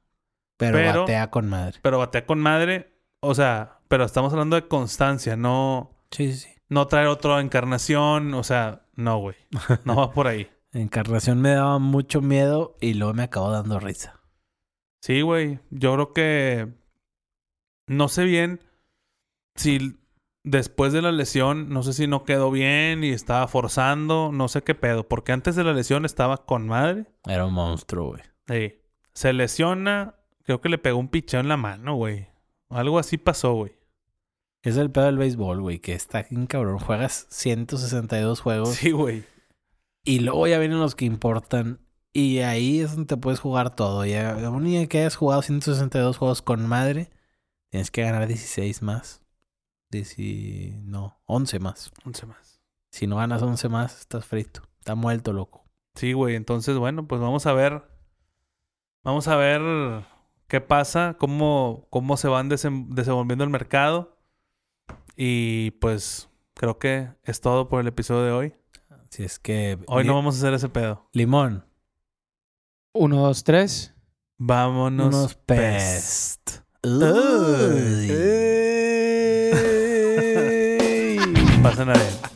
Pero, Pero- batea con madre. pero batea con madre. O sea, pero estamos hablando de constancia, no, Sí, sí, sí. no traer otra encarnación. O sea, no, güey. No va por ahí. Encarnación me daba mucho miedo y luego me acabó dando risa. Sí, güey. Yo creo que no sé bien si después de la lesión, no sé si no quedó bien y estaba forzando, no sé qué pedo, porque antes de la lesión estaba con madre. Era un monstruo, güey. Sí. Se lesiona, creo que le pegó un picheo en la mano, güey. Algo así pasó, güey. Es el pedo del béisbol, güey, que está bien cabrón. Juegas 162 juegos. Sí, güey. Y luego ya vienen los que importan. Y ahí es donde te puedes jugar todo. Ya, aún y que hayas jugado 162 juegos con madre, tienes que ganar 16 más. Dieci... No, 11 más. Once más. Si no ganas 11 más, estás frito. Está muerto, loco. Sí, güey. Entonces, bueno, pues vamos a ver. Vamos a ver qué pasa, cómo, cómo se van desem- desenvolviendo el mercado. Y pues creo que es todo por el episodio de hoy. Si es que. Hoy no Li- vamos a hacer ese pedo. Limón. Uno, dos, tres. Vámonos. unos pest. Uy. Uy. Pasen a ver.